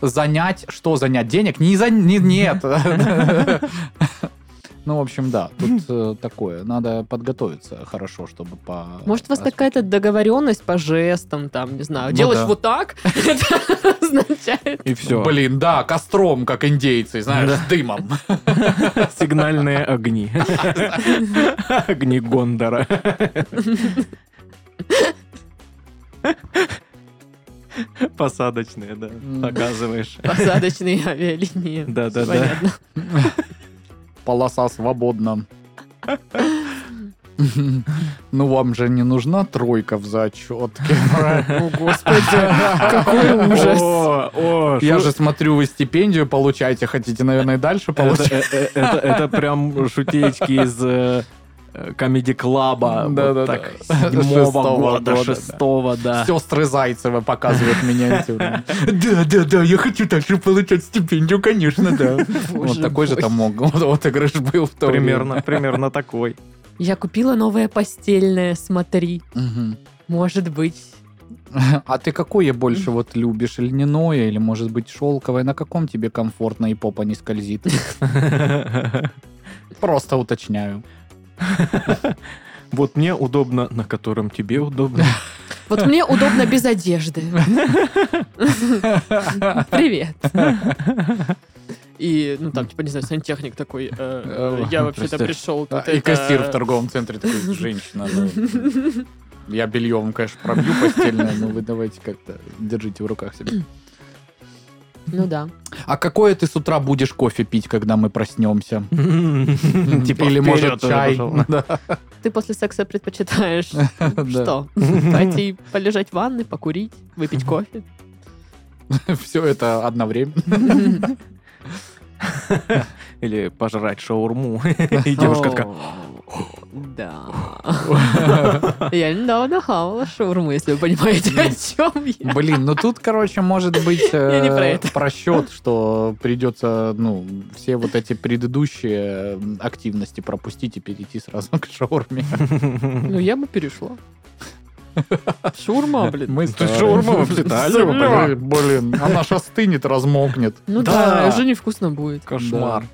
S3: Занять? Что занять? Денег? Не за... не- Нет. Ну, в общем, да, тут э, такое. Надо подготовиться хорошо, чтобы по...
S1: Может, у вас какая-то договоренность по жестам, там, не знаю,
S3: Ну
S1: делаешь
S3: да.
S1: вот так, это означает.
S2: И все.
S3: А, Блин, да, костром, как индейцы, знаешь, с дымом.
S2: Сигнальные огни. Огни Гондора. Посадочные, да.
S3: М.
S2: Показываешь.
S1: Посадочные авиалинии.
S2: Да, да, да.
S1: Понятно.
S3: Полоса свободна. Ну, вам же не нужна тройка в зачетке.
S1: О, господи, какой ужас.
S2: О, о,
S3: Я
S2: шу-
S3: же смотрю, вы стипендию получаете, хотите, наверное, и дальше
S2: это,
S3: получать.
S2: э, э, это- это прям шутечки из э, э, комеди клаба
S3: Да, да,
S2: вот
S3: да.
S2: так, седьмого
S3: Шестого
S2: года,
S3: года, да.
S2: шестого, да.
S3: Сестры Зайцева показывают миниатюру. Да, да, да, я хочу также получать стипендию, конечно, да. Вот
S1: Боже
S3: такой же
S1: мой.
S3: там мог- вот отыгрыш был в то время.
S2: Примерно, примерно такой.
S1: Я купила новое постельное, смотри.
S3: Мгм.
S1: Может быть.
S3: А ты какое больше вот любишь? Льняное или, может быть, шелковое? На каком тебе комфортно и попа не скользит? Просто уточняю.
S2: Вот мне удобно, на котором тебе удобно.
S1: Вот мне удобно без одежды. Привет. И, ну, там, типа, не знаю, сантехник такой. э, Я вообще-то
S2: Простите.
S1: пришел.
S3: А,
S1: тут
S3: И
S1: это-
S3: кассир в торговом центре такой, женщина, ну, я бельем, конечно, пробью постельное, но вы давайте как-то держите в руках себя.
S1: Ну да.
S3: А какое ты с утра будешь кофе пить, когда мы проснемся?
S2: Типа
S3: Или, может,
S2: вперед уже
S3: чай?
S2: пошел.
S3: Да,
S1: Ты после секса предпочитаешь
S3: да.
S1: что? Пойти полежать в ванной, покурить, выпить кофе?
S3: Все это одновременно.
S2: Или пожрать шаурму. И девушка такая,
S1: О, Да. Я недавно хавала шаурму, если вы понимаете, о чем я.
S3: Блин, ну тут, короче, может быть
S1: Я не про
S3: э,
S1: это.
S3: просчет, что придется, ну, все вот эти предыдущие м, активности пропустить и перейти сразу к шаурме.
S1: Ну, я бы перешла. Шаурма, блин.
S3: Мы
S2: Ты
S3: старые.
S2: шаурма вообще-то, алло,
S3: Алло, Блин, она ж остынет, размокнет.
S1: Ну
S2: Да.
S1: да, уже невкусно будет.
S2: кошмар.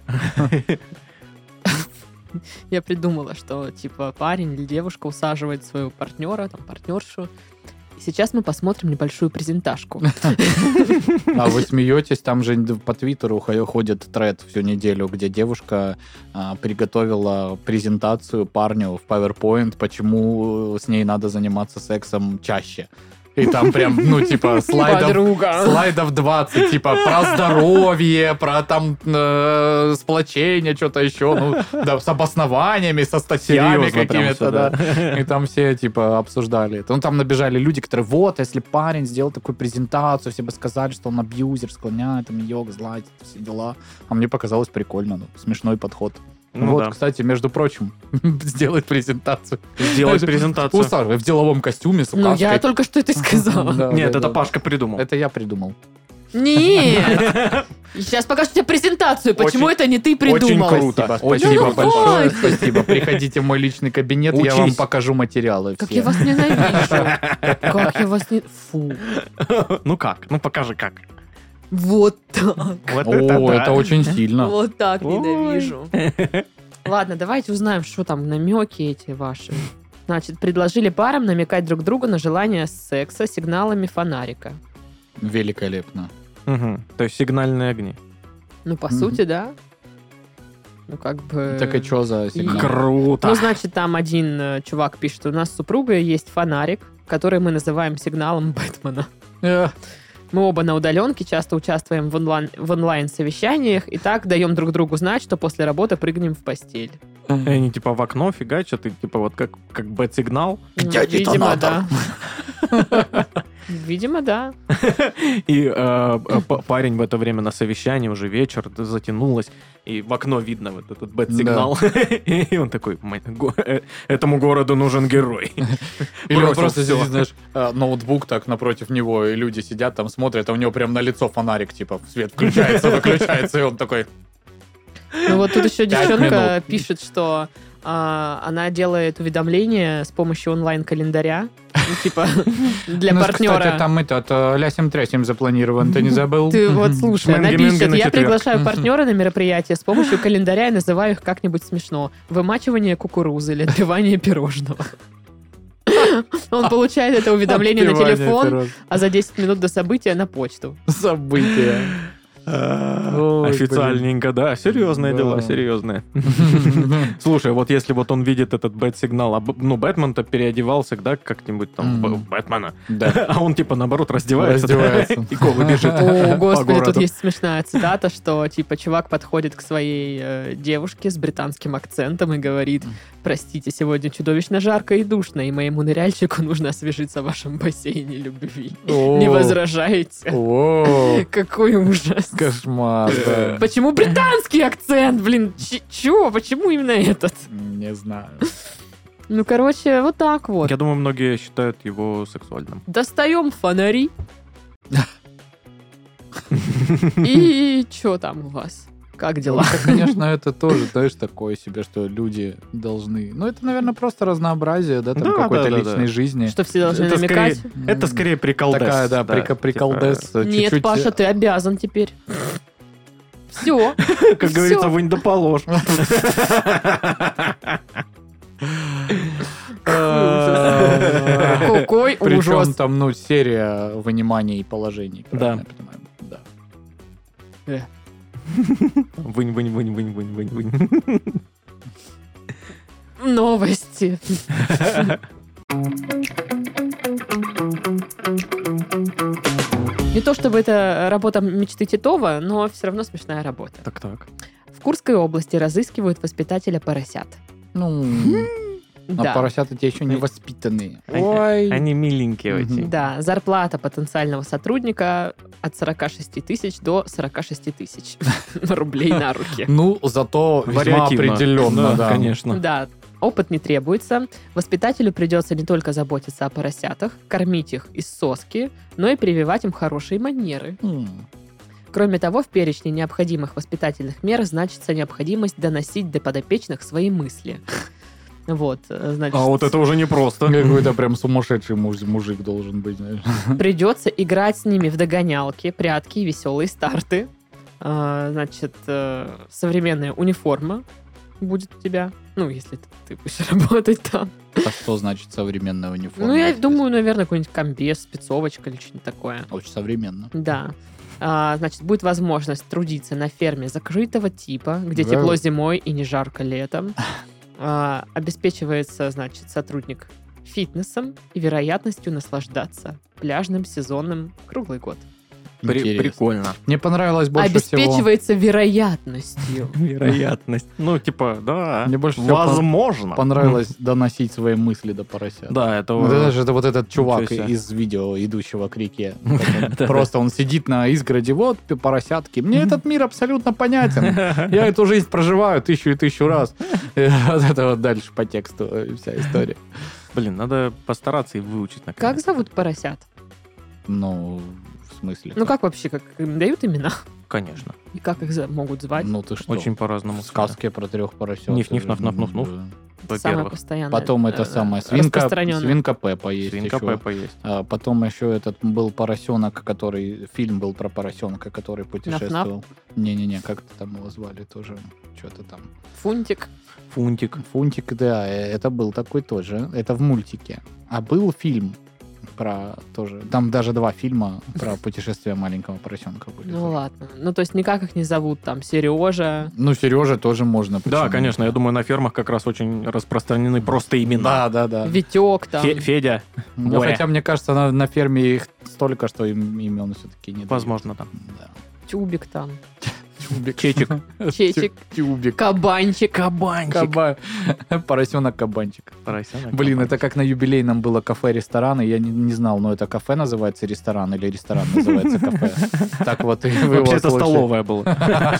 S1: Я придумала, что типа парень или девушка усаживает своего партнера, там, партнершу. И сейчас мы посмотрим небольшую презентажку.
S3: А вы смеетесь, там же по Твиттеру хо- ходит тред всю неделю, где девушка а, приготовила презентацию парню в PowerPoint, почему э, с ней надо заниматься сексом чаще. И там прям, ну, типа, слайдов,
S1: Подруга.
S3: слайдов 20, типа, про здоровье, про там э, сплочение, что-то еще, ну, да, с обоснованиями, со статьями
S2: Серьезно прям
S3: какими-то,
S2: всё,
S3: да.
S2: да.
S3: И там все, типа, обсуждали это. Ну, там набежали люди, которые, вот, если парень сделал такую презентацию, все бы сказали, что он абьюзер, склоняет, там, йог, златит, все дела. А мне показалось прикольно, ну, смешной подход.
S2: Ну
S3: вот,
S2: да.
S3: кстати, между прочим, сделать презентацию.
S2: Сделать презентацию.
S3: Усаживай в деловом костюме с
S1: Ну, я
S3: указкой.
S1: только что это и сказала.
S3: Да,
S2: Нет,
S3: да,
S2: это
S3: да.
S2: Пашка придумал.
S3: Это я придумал.
S1: Нет! Сейчас покажу тебе презентацию, почему
S2: Очень-
S1: это не ты придумала.
S2: круто. Очень
S3: Типа, спасибо
S1: круто.
S3: большое.
S1: Ну, вот.
S3: Спасибо. Приходите в мой личный кабинет, я вам
S2: Учись.
S3: покажу материалы.
S1: Как
S3: все.
S1: я вас ненавижу. Как я вас не... Фу.
S2: Ну как? Ну покажи как.
S1: Вот так.
S2: Вот
S3: О,
S2: да.
S3: это очень сильно.
S1: Вот так
S2: Ой.
S1: ненавижу. Ладно, давайте узнаем, что там намеки эти ваши. Значит, предложили парам намекать друг другу на желание секса сигналами фонарика. Э,
S3: Великолепно.
S2: Мгм. То есть сигнальные огни.
S1: Ну, по
S3: Мгм.
S1: сути, да. Ну, как бы...
S3: Так и что за сигнал?
S2: Круто.
S1: Ну, значит, там один э, чувак пишет, у нас с супругой есть фонарик, который мы называем сигналом Бэтмена.
S3: Э,
S1: Мы оба на удаленке, часто участвуем в, онлайн, в онлайн-совещаниях, и так даем друг другу знать, что после работы прыгнем в постель.
S2: И они типа в окно фигачат, и типа вот как, как бэт-сигнал,
S3: Где
S1: Ну, Видимо,
S3: детонатор?
S1: да. Видимо, да.
S2: и э, э, п- парень в это время на совещании, уже вечер, да, затянулось, и в окно видно вот этот бэт-сигнал, и он такой, «М- го- э, этому городу нужен герой.
S3: Или он
S2: Бросил
S3: просто
S2: всё.
S3: сидит, знаешь, э, ноутбук так напротив него, и люди сидят там, смотрят, а у него прям на лицо фонарик, типа, свет включается, выключается, и он такой...
S1: Ну вот тут еще
S3: Пять
S1: девчонка
S3: минут.
S1: пишет, что а, она делает уведомления с помощью онлайн-календаря. Ну, Типа для
S3: «Ну,
S1: партнера.
S3: там этот, э, лясем трясем запланирован, ты не забыл?
S1: Ты вот слушай, она
S2: Шменги-менги
S1: пишет,
S2: на
S1: я
S2: четверг».
S1: приглашаю партнера на мероприятие с помощью календаря и называю их как-нибудь смешно. Вымачивание кукурузы или отбивание пирожного. Он получает это уведомление на
S3: Отпевание
S1: телефон,
S3: пирог.
S1: а за 10 минут до события на почту.
S3: События. Ой,
S2: Официальненько, да. Серьезные
S3: Да.
S2: дела, серьезные. Слушай, вот если вот он видит этот бэт-сигнал, а Б- ну, Бэтмен-то переодевался, да, как-нибудь там, в Б-
S3: Мгм.
S2: в Бэтмена,
S3: Да.
S2: а он типа наоборот раздевается,
S3: Раздевается.
S2: да, и голый бежит.
S1: О, господи, тут
S2: городу.
S1: есть смешная цитата, что, типа, чувак подходит к своей э, девушке с британским акцентом и говорит, простите, сегодня чудовищно жарко и душно, и моему ныряльщику нужно освежиться в вашем бассейне любви. Не возражаете?
S3: О,
S1: Какой ужас.
S3: Кошмар, да.
S1: Почему британский акцент, блин? Ч- Чего? Почему именно этот?
S3: Не знаю.
S1: Ну, короче, вот так вот.
S2: Я думаю, многие считают его сексуальным.
S1: Достаем фонари. И что там у вас? Как дела?
S3: Вообще, конечно, это тоже, знаешь, такое себе, что люди должны... Ну, это, наверное, просто разнообразие, да, там
S2: Да,
S3: какой-то
S2: да, да, да.
S3: личной жизни.
S1: Что все должны
S2: Это скорее-
S1: намекать?
S2: Это скорее приколдес.
S3: Такая, да, прика- э, приколдес.
S2: Типа,
S1: Нет,
S3: чуть-чуть-
S1: Паша, ты обязан теперь. Все.
S2: Как
S1: Всё.
S2: говорится, вынь да положь.
S3: Э,
S1: Какой
S3: Причем
S1: ужас.
S3: там, ну, серия выниманий и положений. правильно я понимаю? Да.
S2: Вынь, вынь, вынь, вынь, вынь, вынь, вынь.
S1: Новости. Не то чтобы это работа мечты Титова, но все равно смешная работа.
S2: Так, так.
S1: В Курской области разыскивают воспитателя поросят.
S3: Ну, а
S1: да.
S3: поросята те еще не воспитанные.
S2: Они-
S3: Ой.
S2: Они миленькие
S3: Мгм.
S2: очень.
S1: Да, зарплата потенциального сотрудника от 46 тысяч до 46 тысяч рублей на руки.
S3: Ну, зато весьма
S2: Вариативно.
S3: определенно, да.
S2: конечно.
S1: Да, опыт не требуется. Воспитателю придется не только заботиться о поросятах, кормить их из соски, но и прививать им хорошие манеры.
S3: М, ну,
S1: Кроме того, в перечне необходимых воспитательных мер значится необходимость доносить до подопечных свои мысли. Вот, э, значит,
S2: А вот это уже непросто.
S3: Какой-то прям сумасшедший муж- мужик должен быть, знаешь.
S1: придется играть с ними в догонялки, прятки и веселые старты. А, Значит, э, современная униформа будет у тебя, ну, если ты- ты будешь работать там.
S3: А что значит современная униформа?
S1: Ну, я думаю, наверное, какой-нибудь комбез, спецовочка или что-нибудь такое.
S3: Очень современно.
S1: Да. А, значит, будет возможность трудиться на ферме закрытого типа, где
S3: Да.
S1: тепло зимой и не жарко летом. А, обеспечивается, значит, сотрудник фитнесом и вероятностью наслаждаться пляжным сезоном круглый год.
S2: При-
S3: Интересно.
S2: Прикольно.
S3: Мне понравилось больше всего...
S1: обеспечивается вероятностью.
S2: Вероятность. Ну, типа, да.
S3: Мне больше всего
S2: Возможно.
S3: Понравилось доносить свои мысли до поросят.
S2: Да, это...
S3: Ну, ты знаешь, это вот этот чувак
S2: Ничего себе.
S3: из видео, идущего к реке. Просто он сидит на изгороде, вот п- поросятки. Мне этот мир абсолютно понятен. Я эту жизнь проживаю тысячу и тысячу раз. И Вот это вот дальше по тексту э, вся история.
S2: Блин, надо постараться и выучить. наконец.
S1: Как зовут поросят?
S3: Ну, в смысле?
S1: Ну, как вообще, как им дают имена?
S2: Конечно.
S1: И как их за- могут звать?
S3: Ну ты что?
S2: Очень по-разному.
S3: Сказки про трех поросят.
S2: Ниф-ниф, наф-наф-наф-нуф.
S3: Да.
S1: Это самое
S2: во-первых.
S1: постоянное.
S3: Потом это
S1: э,
S3: самое. Свинка,
S1: распространенное.
S3: свинка Пеппа есть
S2: Свинка
S3: еще.
S2: Пеппа есть.
S3: А Потом еще этот был поросенок, который... Фильм был про поросенка, который путешествовал. Не-не-не, как то там его звали тоже. Что-то там.
S1: Фунтик.
S2: Фунтик.
S3: Фунтик, да, э, это был такой тоже. Это в мультике. А был фильм про тоже... Там даже два фильма про путешествие маленького поросенка были.
S1: Ну
S3: тоже.
S1: ладно. Ну то есть никак их не зовут там Сережа.
S3: Ну, Сережа тоже можно.
S2: Да,
S3: почему?
S2: конечно. Я думаю, на фермах как раз очень распространены просто имена.
S3: Да, да, да.
S1: Витек там.
S2: Фе- Федя.
S3: Ну,
S2: Боря.
S3: хотя, мне кажется, на, на ферме их столько, что им имен все-таки не дают.
S2: Возможно, там.
S3: Да.
S1: Тюбик там.
S3: Тюбик.
S2: Чечик.
S1: Чечик.
S3: Тюбик.
S1: Кабанчик.
S2: Кабанчик.
S3: Каба... Поросенок кабанчик.
S2: Поросенок.
S1: Ну,
S3: Блин,
S2: Кабанчик.
S3: это как на юбилейном было кафе-ресторан, и я не, не знал, но это кафе называется ресторан или ресторан называется кафе. Так вот и вы
S2: Вообще
S3: его
S2: это
S3: слышите.
S2: столовая была.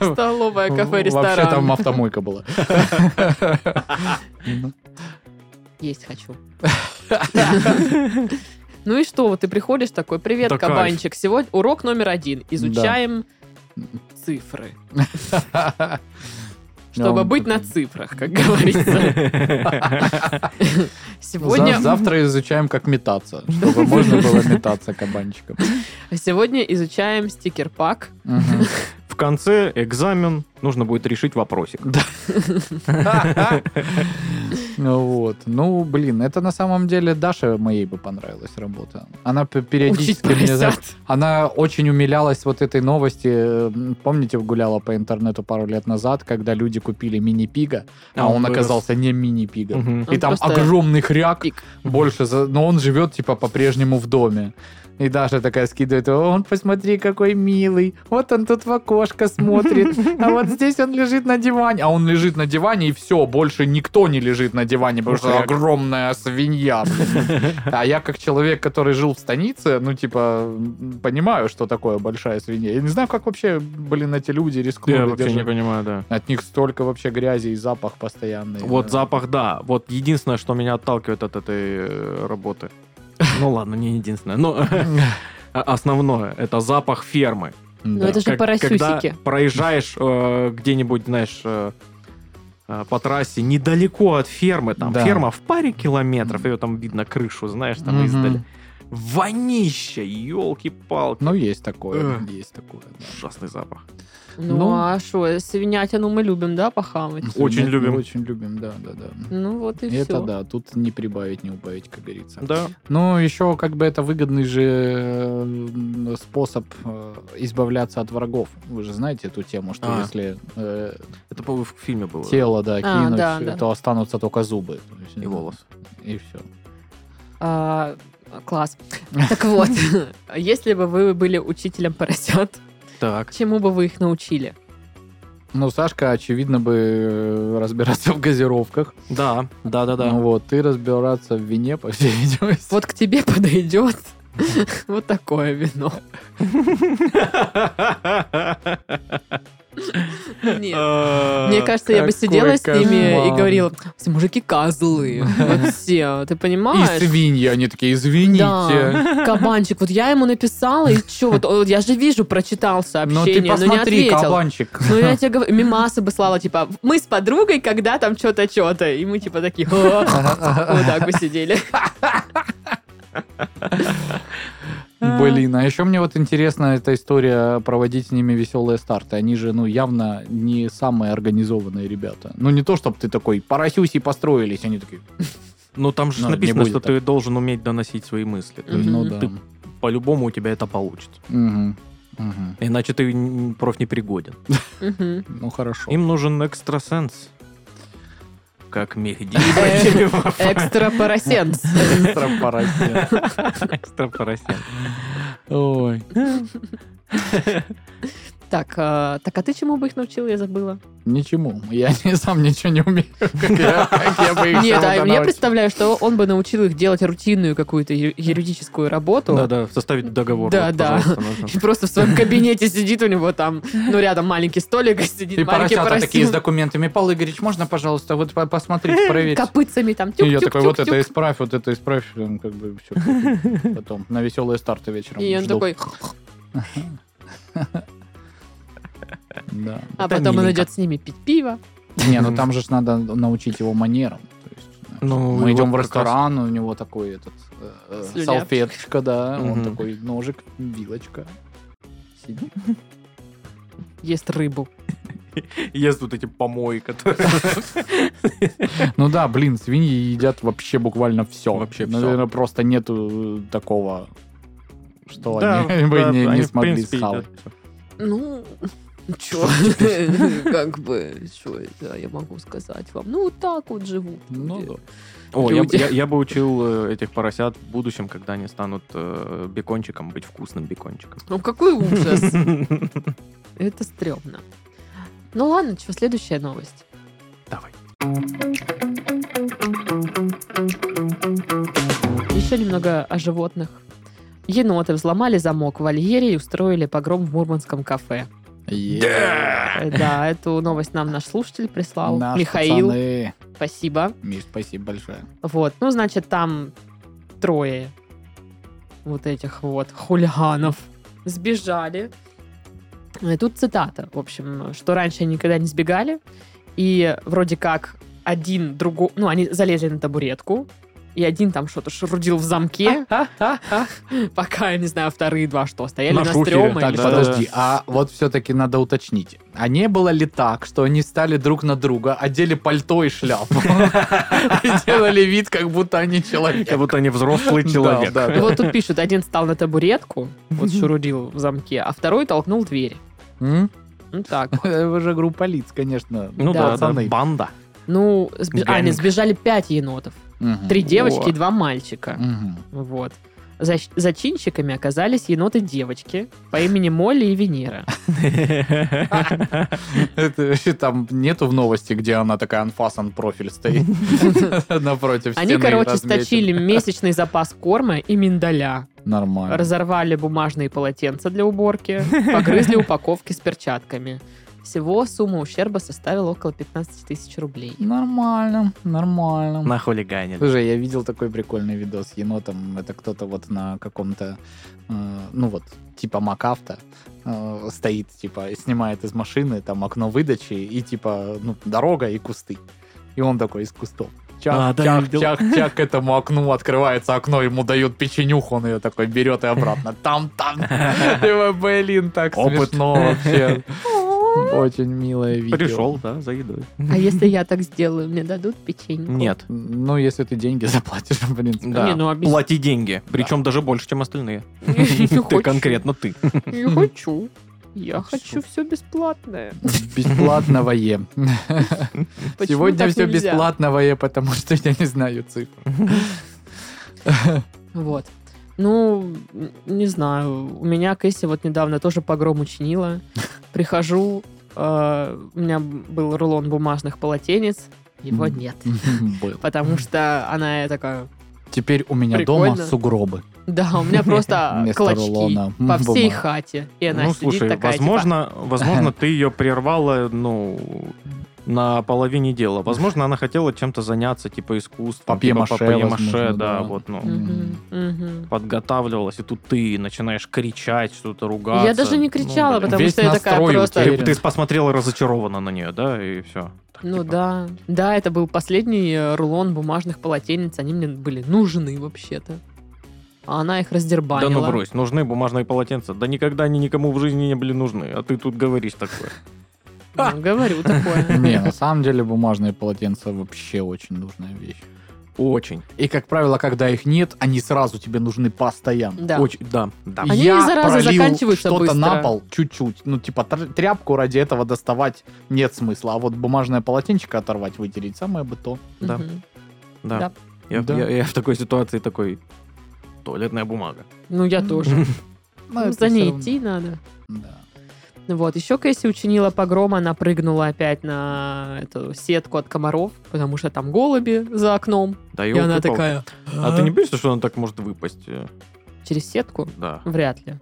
S2: Ну,
S1: Столовая, кафе,
S3: Вообще там
S1: ресторан.
S3: автомойка была.
S1: Есть хочу. Ну и что? Вот ты приходишь такой, привет,
S2: Да кайф.
S1: кабанчик. Сегодня урок номер один. Изучаем цифры. Чтобы
S2: Ну,
S3: он
S1: быть
S3: такой-
S1: на цифрах, как говорится.
S3: За-
S1: Сегодня
S3: Завтра изучаем, как метаться, чтобы можно было метаться кабанчиком.
S1: сегодня изучаем стикер-пак.
S3: Мгм.
S2: В конце экзамен нужно будет решить вопросик.
S3: Ну Вот. Ну, блин, это на самом деле Даше моей бы понравилась работа. Она п-
S1: Учить
S3: периодически... мне, знаешь,
S1: поросят.
S3: она очень умилялась вот этой новости. М, Помните, гуляла по интернету пару лет назад, когда люди купили мини-пига, а,
S2: А он
S3: он
S2: вырос.
S3: оказался не мини-пигом.
S2: Мгм.
S1: Он
S3: И там
S1: просто
S3: огромный хряк,
S1: пик.
S3: больше, за- но он живет, типа, по-прежнему в доме. И Даша такая скидывает, он, посмотри, какой милый, вот он тут в окошко смотрит, а вот здесь он лежит на диване. А он лежит на диване, и все, больше никто не лежит на диване, потому что
S2: Ужас.
S3: огромная свинья. блин. А я, как человек, который жил в станице, ну, типа, м, понимаю, что такое большая свинья. Я не знаю, как вообще, блин, эти люди
S2: Я
S3: рискнули.
S2: вообще не
S3: держать.
S2: понимаю, да.
S3: От них столько вообще грязи и запах постоянный.
S2: Вот запах, да. Вот единственное, что меня отталкивает от этой э, работы. Ну ладно, не единственное. Но а, основное это запах фермы.
S1: Ну, это же
S2: Как- Когда
S1: поросюсики.
S2: проезжаешь э, где-нибудь, знаешь, э, э, по трассе недалеко от фермы, там
S3: Да.
S2: ферма в паре километров, ее там видно крышу, знаешь, там
S3: Мгм.
S2: издали. Вонище, елки-палки.
S3: Ну, есть такое,
S2: Эх.
S3: есть такое. да.
S2: Ужасный запах.
S1: Ну,
S3: ну.
S1: а что, свинятину мы любим, да, похавать?
S2: Очень
S3: Нет,
S2: любим.
S3: мы Очень любим, да, да, да.
S1: Ну, вот и
S3: Это
S1: все.
S3: да, тут не прибавить, не убавить, как говорится.
S2: Да.
S3: Ну, еще как бы это выгодный же э, способ э, избавляться от врагов. Вы же знаете эту тему, что
S2: А.
S3: если э,
S2: Это, по-моему, в фильме было.
S3: тело, да, кинуть,
S1: А,
S3: э,
S1: да, да.
S3: то останутся только зубы. То есть,
S2: И
S3: э,
S2: волос.
S3: И все.
S1: А, Класс. Так вот, если бы вы были учителем поросят,
S2: Так.
S1: чему бы вы их научили?
S3: Ну, Сашка, очевидно, бы э, разбираться в газировках.
S2: Да, да, да, да.
S3: Ну, вот, ты разбираться в вине, по всей видимости.
S1: Вот к тебе подойдет вот такое вино. Нет. Мне
S2: Мне
S1: кажется, я бы
S3: А, какой
S1: сидела с ними и
S3: кошмар.
S1: говорила, все мужики козлы, вот все, ты
S3: И
S1: понимаешь?
S3: свиньи, они такие, извините.
S1: Да, кабанчик, вот я ему написала, и что, вот о, я же вижу, прочитал
S3: Ну ты
S1: сообщение, но не
S3: посмотри,
S1: ответил.
S3: кабанчик.
S1: Ну, я тебе говорю, мимасы бы слала, типа, мы с подругой, когда там что-то, что-то. И мы, типа, такие, «Ха-ха-ха». вот так бы сидели.
S3: Блин, а еще мне вот интересна эта история проводить с ними веселые старты. Они же, ну, явно не самые организованные ребята. Ну, не то, чтобы ты такой, поросюси построились, они такие,
S2: Ну там же
S3: Ну, не
S2: написано,
S3: будет
S2: что
S3: так.
S2: ты должен уметь доносить свои мысли. То есть
S1: Мгм.
S3: ну да.
S2: Ты- по-любому у тебя это получится.
S3: Мгм. Мгм.
S2: Иначе ты н- проф непригоден.
S1: Мгм.
S3: Ну, хорошо.
S2: Им нужен экстрасенс. Как Мехди.
S1: Экстра поросенс.
S3: Экстра-поросят.
S2: Экстрапоросен.
S3: Ой.
S1: Так, а, так а ты чему бы их научил, я забыла.
S3: Ничему. Я не- сам ничего не умею. Как я- как я бы их
S1: Нет, а
S3: чему-то
S1: я
S3: научил.
S1: представляю, что он бы научил их делать рутинную какую-то ю- юридическую работу.
S2: Да-да, составить договор.
S1: Да,
S2: вот,
S1: да.
S2: пожалуйста, нужно.
S1: И просто в своем кабинете сидит у него там, ну, рядом маленький столик, и сидит
S3: И
S1: маленький
S3: поросята такие с
S1: поросенок.
S3: документами. Павел Игоревич, можно, пожалуйста, вот по- посмотреть, проверить?
S1: Копытцами там
S3: И я такой, вот
S1: тюк-тюк-тюк-тюк.
S3: это исправь, вот это исправь, прям как бы все. Потом на веселые старты вечером.
S1: И он
S3: жду.
S1: такой,
S3: Да.
S1: а
S2: Это
S1: потом он
S2: миленько.
S1: идет с ними пить пиво.
S3: Не, ну там же ж надо научить его манерам. То есть, знаешь,
S2: Ну,
S3: мы
S2: его
S3: идем в
S2: как раз-
S3: ресторан, у него такой этот э, э,
S1: Слюняпчик.
S3: салфеточка, да, он
S2: Мгм.
S3: такой ножик, вилочка. Сидит.
S1: Ест рыбу.
S2: Ест вот эти помои, которые...
S3: Ну да, блин, свиньи едят вообще буквально все.
S2: Вообще всё.
S3: Наверное, просто нету э, такого, что
S2: Да,
S3: они бы
S2: да,
S3: не, не
S2: они, в
S3: смогли
S2: принципе,
S3: схавать.
S2: едят.
S1: Ну, чё, как бы, что это я могу сказать вам? Ну, вот так вот живут.
S3: Ну
S1: люди.
S3: да.
S2: О, я, б-
S1: Люди.
S2: я- я бы учил э, этих поросят в будущем, когда они станут э, бекончиком, быть вкусным бекончиком.
S1: Ну, какой ужас. Это стрёмно. Ну ладно, что, следующая новость.
S2: Давай.
S1: Еще немного о животных. Еноты взломали замок в вольере и устроили погром в мурманском кафе.
S3: Е.
S1: Э, Да, эту новость нам наш слушатель прислал.
S3: Наши
S1: Михаил,
S3: пацаны.
S1: спасибо.
S3: Миш, спасибо большое.
S1: Вот, ну, значит, там трое вот этих вот хулиганов сбежали. И тут цитата, в общем, что раньше они никогда не сбегали, и вроде как один другой, ну, они залезли на табуретку, и один там что-то шрудил в замке, пока, не знаю, вторые два что, стояли
S2: На
S1: на
S2: шухере,
S1: стрёмы.
S2: так,
S1: или
S3: Так,
S2: да.
S1: что-то.
S3: подожди, а вот все-таки надо уточнить. А не было ли так, что они стали друг на друга, одели пальто и шляпу и делали вид, как будто они человек?
S2: Как будто они взрослый
S3: Да,
S2: человек.
S3: да,
S1: И Вот тут пишут, один стал на табуретку, вот шурудил в замке, а второй толкнул дверь.
S3: М?
S1: Ну так.
S3: Вы же группа лиц, конечно.
S2: Ну
S1: Да,
S2: да, да,
S3: пацаны.
S2: банда.
S1: Ну, сби- а, не,
S2: Гэнг.
S1: сбежали пять енотов.
S3: Мгм.
S1: Три девочки
S2: О.
S1: и два мальчика.
S3: Мгм.
S1: Вот. Защ- Зачинщиками оказались еноты-девочки по имени Молли и Венера.
S3: Это вообще там нету в новости, где она такая анфасан профиль стоит напротив
S1: Они,
S3: стены и
S1: короче,
S3: размечена.
S1: сточили месячный запас корма и миндаля.
S2: А.
S3: Нормально.
S1: Разорвали бумажные полотенца для уборки, погрызли упаковки с перчатками. Всего сумма ущерба составила около 15 тысяч рублей.
S3: Нормально, нормально.
S2: Нахулиганили.
S3: Слушай, я видел такой прикольный видос с енотом. Это кто-то вот на каком-то, э, ну вот, типа МакАвто э, стоит, типа, и снимает из машины там окно выдачи и типа, ну, дорога и кусты. И он такой из кустов. Чак,
S2: А, да, я
S3: чак,
S2: видел.
S3: чак, чак, к этому окну открывается окно, ему дают печенюху, он ее такой берет и обратно. Там, там. Думаю, Блин, так
S2: Опыт.
S3: смешно вообще. Очень милое видео.
S2: Пришел, да, за едой.
S1: А если я так сделаю, мне дадут печеньку?
S2: Нет.
S3: Ну, если ты деньги заплатишь, в принципе.
S2: Да.
S1: Не, ну, объяс-
S2: Плати деньги. Причем даже больше, чем остальные. Ты
S1: Ты
S2: конкретно ты.
S1: Не хочу. Я хочу все бесплатное.
S3: Бесплатновое.
S1: Почему
S3: Сегодня
S1: так
S3: все
S1: нельзя?
S3: бесплатновое, потому что я не знаю цифр.
S1: Вот. Ну, н- не знаю. У меня Кэсси вот недавно тоже погром учинила. Прихожу, э, у меня был рулон бумажных полотенец, его
S3: Мгм.
S1: нет.
S3: Был.
S1: Потому что она такая...
S3: Теперь у меня
S1: Прикольно.
S3: дома сугробы.
S1: Да, у меня просто
S3: Вместо рулона
S1: клочки по всей
S3: бумаг.
S1: хате. И она
S2: Ну,
S1: сидит
S2: слушай,
S1: такая, типа,
S2: возможно, возможно, ты ее прервала, ну, на половине дела. Возможно, она хотела чем-то заняться, типа искусством, типа
S3: Папье-маше,
S2: папье-маше,
S3: возможно,
S2: да,
S3: да.
S2: вот, ну,
S1: «Мгм, мгм».
S2: подготавливалась, и тут ты начинаешь кричать, что-то ругаться.
S1: Я даже не
S2: Ну,
S1: кричала,
S2: блин.
S1: потому
S3: Весь
S1: что я такая
S3: настрой у
S1: просто...
S3: тебя.
S2: Ты, ты посмотрела разочарованно на нее, да, и типа. все.
S1: Ну да, да, это был последний э, рулон бумажных полотенец, они мне были нужны вообще-то. А она их
S2: Да
S1: раздербанила.
S2: ну брось, нужны бумажные полотенца. Да никогда они никому в жизни не были нужны, а ты тут говоришь такое.
S1: Ну, говорю такое.
S3: Не, на самом деле бумажные полотенца вообще очень нужная вещь.
S2: Очень.
S3: И, как правило, когда их нет, они сразу тебе нужны постоянно.
S1: Да.
S2: Очень, да, да.
S1: Они,
S3: Я
S1: зараза,
S3: пролил
S1: заканчиваются
S3: что-то
S1: быстро.
S3: на пол чуть-чуть. Ну, типа, тр- тряпку ради этого доставать нет смысла. А вот бумажное полотенчико оторвать, вытереть, самое бы то.
S2: Да.
S1: Мгм.
S2: Да.
S1: Да.
S2: Я,
S3: Да.
S2: я- я в такой ситуации такой туалетная бумага.
S1: Ну, я тоже.
S3: Но
S1: Ну,
S3: это
S1: За
S3: всё
S1: ней
S3: равно.
S1: идти надо.
S3: Да.
S1: Вот, еще Кэсси учинила погром, она прыгнула опять на эту сетку от комаров, потому что там голуби за окном.
S2: Да
S1: И она
S2: ёлки-палки.
S1: такая...
S2: А ты не боишься, что она так может выпасть? Э,
S1: Через сетку?
S2: Да.
S1: Вряд ли.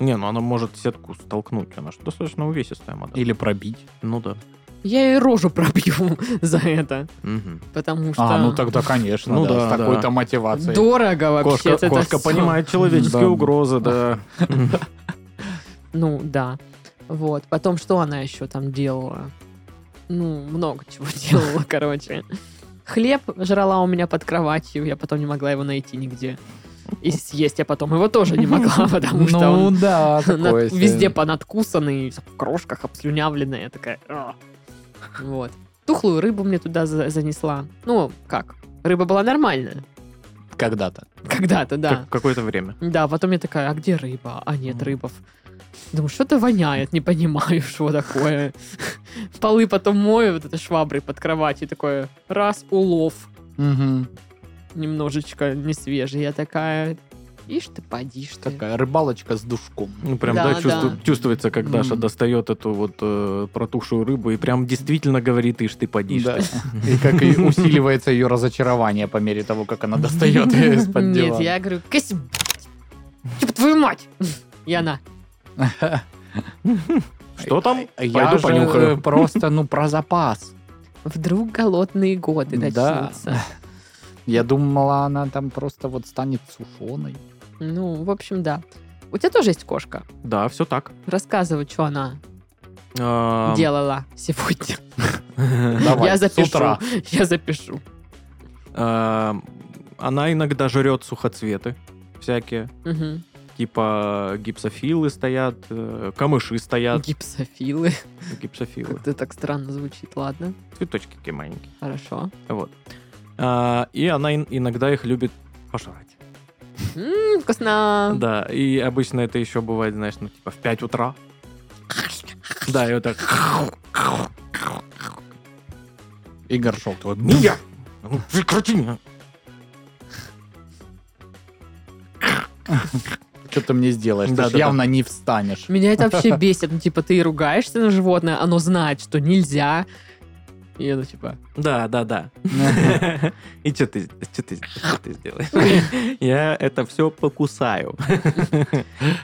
S2: Не, ну она может сетку столкнуть. Она же достаточно увесистая модель.
S3: Или пробить.
S2: Ну да.
S1: Я ей рожу пробью за это,
S2: Мгм.
S1: потому что...
S3: А, ну тогда, конечно,
S2: Ну
S3: да,
S2: да,
S3: с
S2: да.
S3: такой-то мотивацией.
S1: Дорого вообще.
S2: Кошка,
S1: это
S2: кошка
S1: всё.
S2: понимает человеческие
S3: Да.
S2: угрозы, да.
S1: Ну, да. Вот. Потом, что она еще там делала? Ну, много чего делала, короче. Хлеб жрала у меня под кроватью, я потом не могла его найти нигде. И съесть я потом его тоже не могла, потому что
S3: ну
S1: он
S3: да,
S1: над-
S3: такое себе.
S1: везде понадкусанный, в крошках обслюнявленная такая. «А». Вот. Тухлую рыбу мне туда за- занесла. Ну, как? Рыба была нормальная.
S3: когда-то.
S1: Когда-то, да.
S2: Как- Какое-то время.
S1: Да, потом я такая, а где рыба? А нет,
S3: Мгм.
S1: рыбов. Думаю, что-то воняет, не понимаю, что такое. Полы потом мою вот этой шваброй под кроватью, такое, раз, улов
S3: Мгм.
S1: немножечко не свежий. Я такая, ишь ты, подишь ты.
S3: Такая рыбалочка с душком.
S2: Ну, прям,
S1: Да,
S2: да, чувству-
S1: да.
S2: чувствуется, как
S3: М.
S2: Даша достает эту вот э, протухшую рыбу и прям действительно говорит, ишь ты подишь.
S3: Да. И как и усиливается ее разочарование по мере того, как она достает ее из-под
S1: Нет,
S3: дивана.
S1: я говорю, Кэсси, блядь, типа твою мать. И она,
S2: Что там?
S3: А Я
S2: Пойду
S3: же, э,
S2: понюхаю.
S3: просто, ну, про запас.
S1: вдруг голодные годы
S3: Да.
S1: начнутся.
S3: Я думала, она там просто вот станет сушеной.
S1: Ну, в общем, да. У тебя тоже есть кошка?
S2: Да, все так.
S1: Рассказывай, что она
S2: Эм,
S1: делала сегодня.
S3: Давай,
S1: я
S3: с
S1: запишу.
S3: утра.
S1: Я запишу.
S2: эм, Она иногда жрет сухоцветы всякие.
S1: Мгм.
S2: Типа гипсофилы стоят, э, камыши стоят,
S1: Гипсофилы.
S2: гипсофилы.
S1: Как-то так странно звучит. Ладно,
S2: Цветочки такие маленькие.
S1: хорошо.
S2: Вот. А, и она ин- иногда их любит пожрать.
S1: М, Вкусно.
S2: Да, и обычно это еще бывает, знаешь, ну типа в 5 утра. Да, и вот так.
S3: И горшок твой.
S2: Мия! Ну, прекрати меня!
S3: Что ты мне сделаешь? Ты
S2: Да,
S3: ж
S2: да, да.
S3: явно не встанешь.
S1: Меня это вообще бесит. Ну, типа, ты ругаешься на животное, оно знает, что нельзя. И это типа...
S2: Да, да, да. И что ты, чё ты, чё ты сделаешь? Я это все покусаю.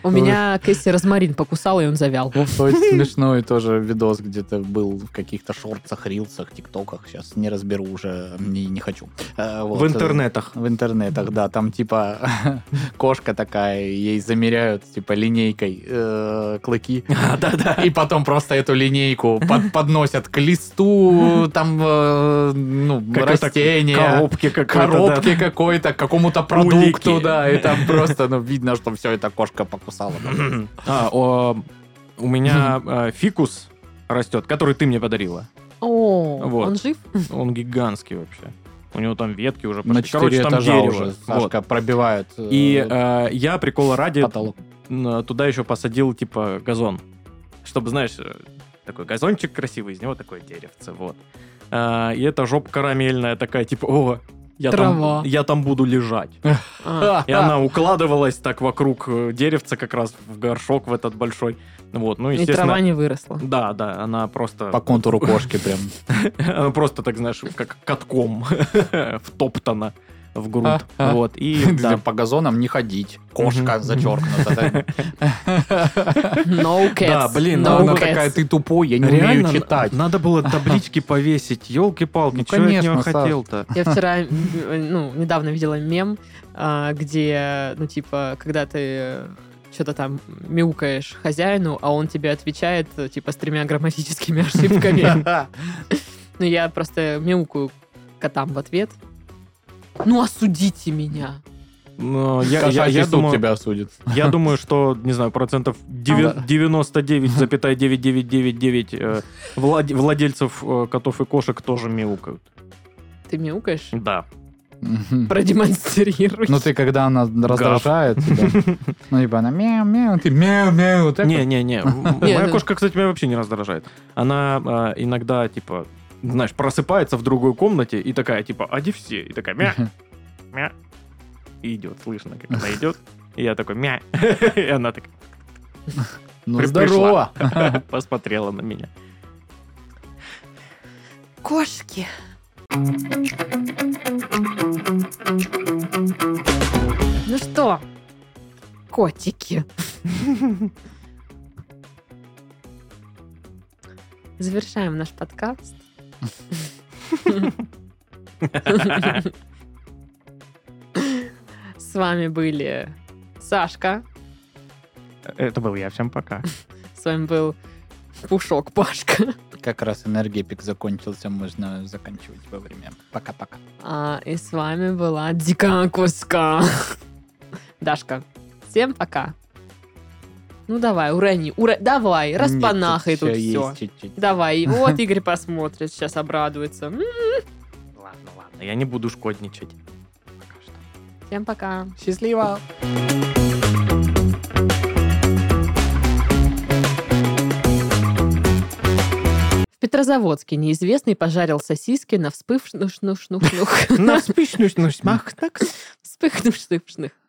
S1: У меня Кэсси Розмарин покусала, и он завял.
S3: Очень смешной тоже видос где-то был в каких-то шортсах, рилсах, тиктоках. Сейчас не разберу уже, не, не хочу. Э, вот.
S2: В интернетах.
S3: В интернетах, да, там типа кошка такая, ей замеряют типа линейкой э, клыки,
S2: А, Да-да.
S3: и потом просто эту линейку под- подносят к листу, там э, ну,
S2: Какой-то
S3: растения,
S2: Коробки какой-то.
S3: коробке
S2: да.
S3: какой-то, к какому-то продукту, да, и там просто ну, видно, что все это кошка покусала.
S2: А, о, У меня э, фикус растет, который ты мне подарила.
S1: О,
S2: Вот.
S1: он жив?
S2: Он гигантский вообще. У него там ветки уже
S3: На
S2: пошли.
S3: четыре
S2: Короче, там
S3: этажа
S2: дерево.
S3: уже,
S2: Вот.
S3: Сашка, пробивают э,
S2: И э, я прикола ради
S3: потолок.
S2: м, туда еще посадил, типа, газон. Чтобы, знаешь, э, такой газончик красивый, из него такое деревце, вот. А, и эта жопа карамельная такая, типа, о, я,
S1: Трава.
S2: там, я там буду лежать.
S3: Ну,
S1: А,
S2: И она укладывалась так вокруг э, деревца как раз в горшок в этот большой. Вот, ну,
S1: и трава
S2: естественно...
S1: не выросла.
S2: Да, да, она просто...
S3: по контуру кошки прям.
S2: Она просто так, знаешь, как катком втоптана в грудь.
S3: А, а.
S2: Вот, и...
S3: Для-
S2: да.
S3: По газонам не ходить. Кошка
S2: Мгм.
S3: зачеркнута.
S1: No cats.
S2: Да, блин,
S1: no
S3: Она
S1: cats.
S3: такая, ты тупой, я не умею
S2: Реально,
S3: читать.
S2: надо было таблички повесить, елки-палки,
S3: Ну,
S2: что я от
S3: конечно,
S2: него
S3: Саш.
S2: хотел-то?
S1: Я вчера, м, м, ну, недавно видела мем, а, где, ну, типа, когда ты что-то там мяукаешь хозяину, а он тебе отвечает, э, типа, с тремя грамматическими ошибками. Ну, я просто мяукаю котам в ответ. Ну, осудите меня.
S2: Но Ну, я,
S3: Саша,
S2: я- я
S3: если суд
S2: думаю,
S3: тебя осудит.
S2: я думаю, что, не знаю, процентов девя-
S3: да.
S2: 99,9999 э, влад- владельцев э, котов и кошек тоже мяукают.
S1: Ты мяукаешь?
S2: Да.
S3: Мгм.
S1: Продемонстрируй.
S3: Ну ты, когда она раздражает тебя, ну типа она мяу-мяу, ты мяу-мяу, вот так вот.
S2: Не-не-не. Моя
S1: ну-
S2: кошка, кстати, меня вообще не раздражает. Она э, иногда, типа, знаешь, просыпается в другой комнате и такая, типа, ади все. И такая, мя, мя. И идет, слышно, как она идет. И я такой, мя. И она такая,
S3: Ну
S2: при-
S3: здорово.
S2: пришла. Посмотрела на меня.
S1: Кошки. Ну что, котики. Завершаем наш подкаст. С вами были Сашка,
S2: Это был я. Всем пока.
S1: с вами был Пушок Пашка,
S3: Как раз энергетик закончился, можно заканчивать вовремя. Пока-пока.
S1: А, и с вами была Дикая Куска. Дашка, всем пока. Ну давай, урони, ура... давай, распанахай
S3: Нет,
S1: тут
S3: всё
S1: все.
S3: есть чуть-чуть.
S1: Давай, вот Игорь посмотрит, сейчас обрадуется. М,
S2: Ладно, ладно, я не буду шкодничать. Пока что.
S1: Всем пока.
S3: Счастливо.
S1: В Петрозаводске неизвестный пожарил сосиски на вспыхнувшных...
S2: На спичнусь, ну, смах, так.
S1: Вспыхнувшных...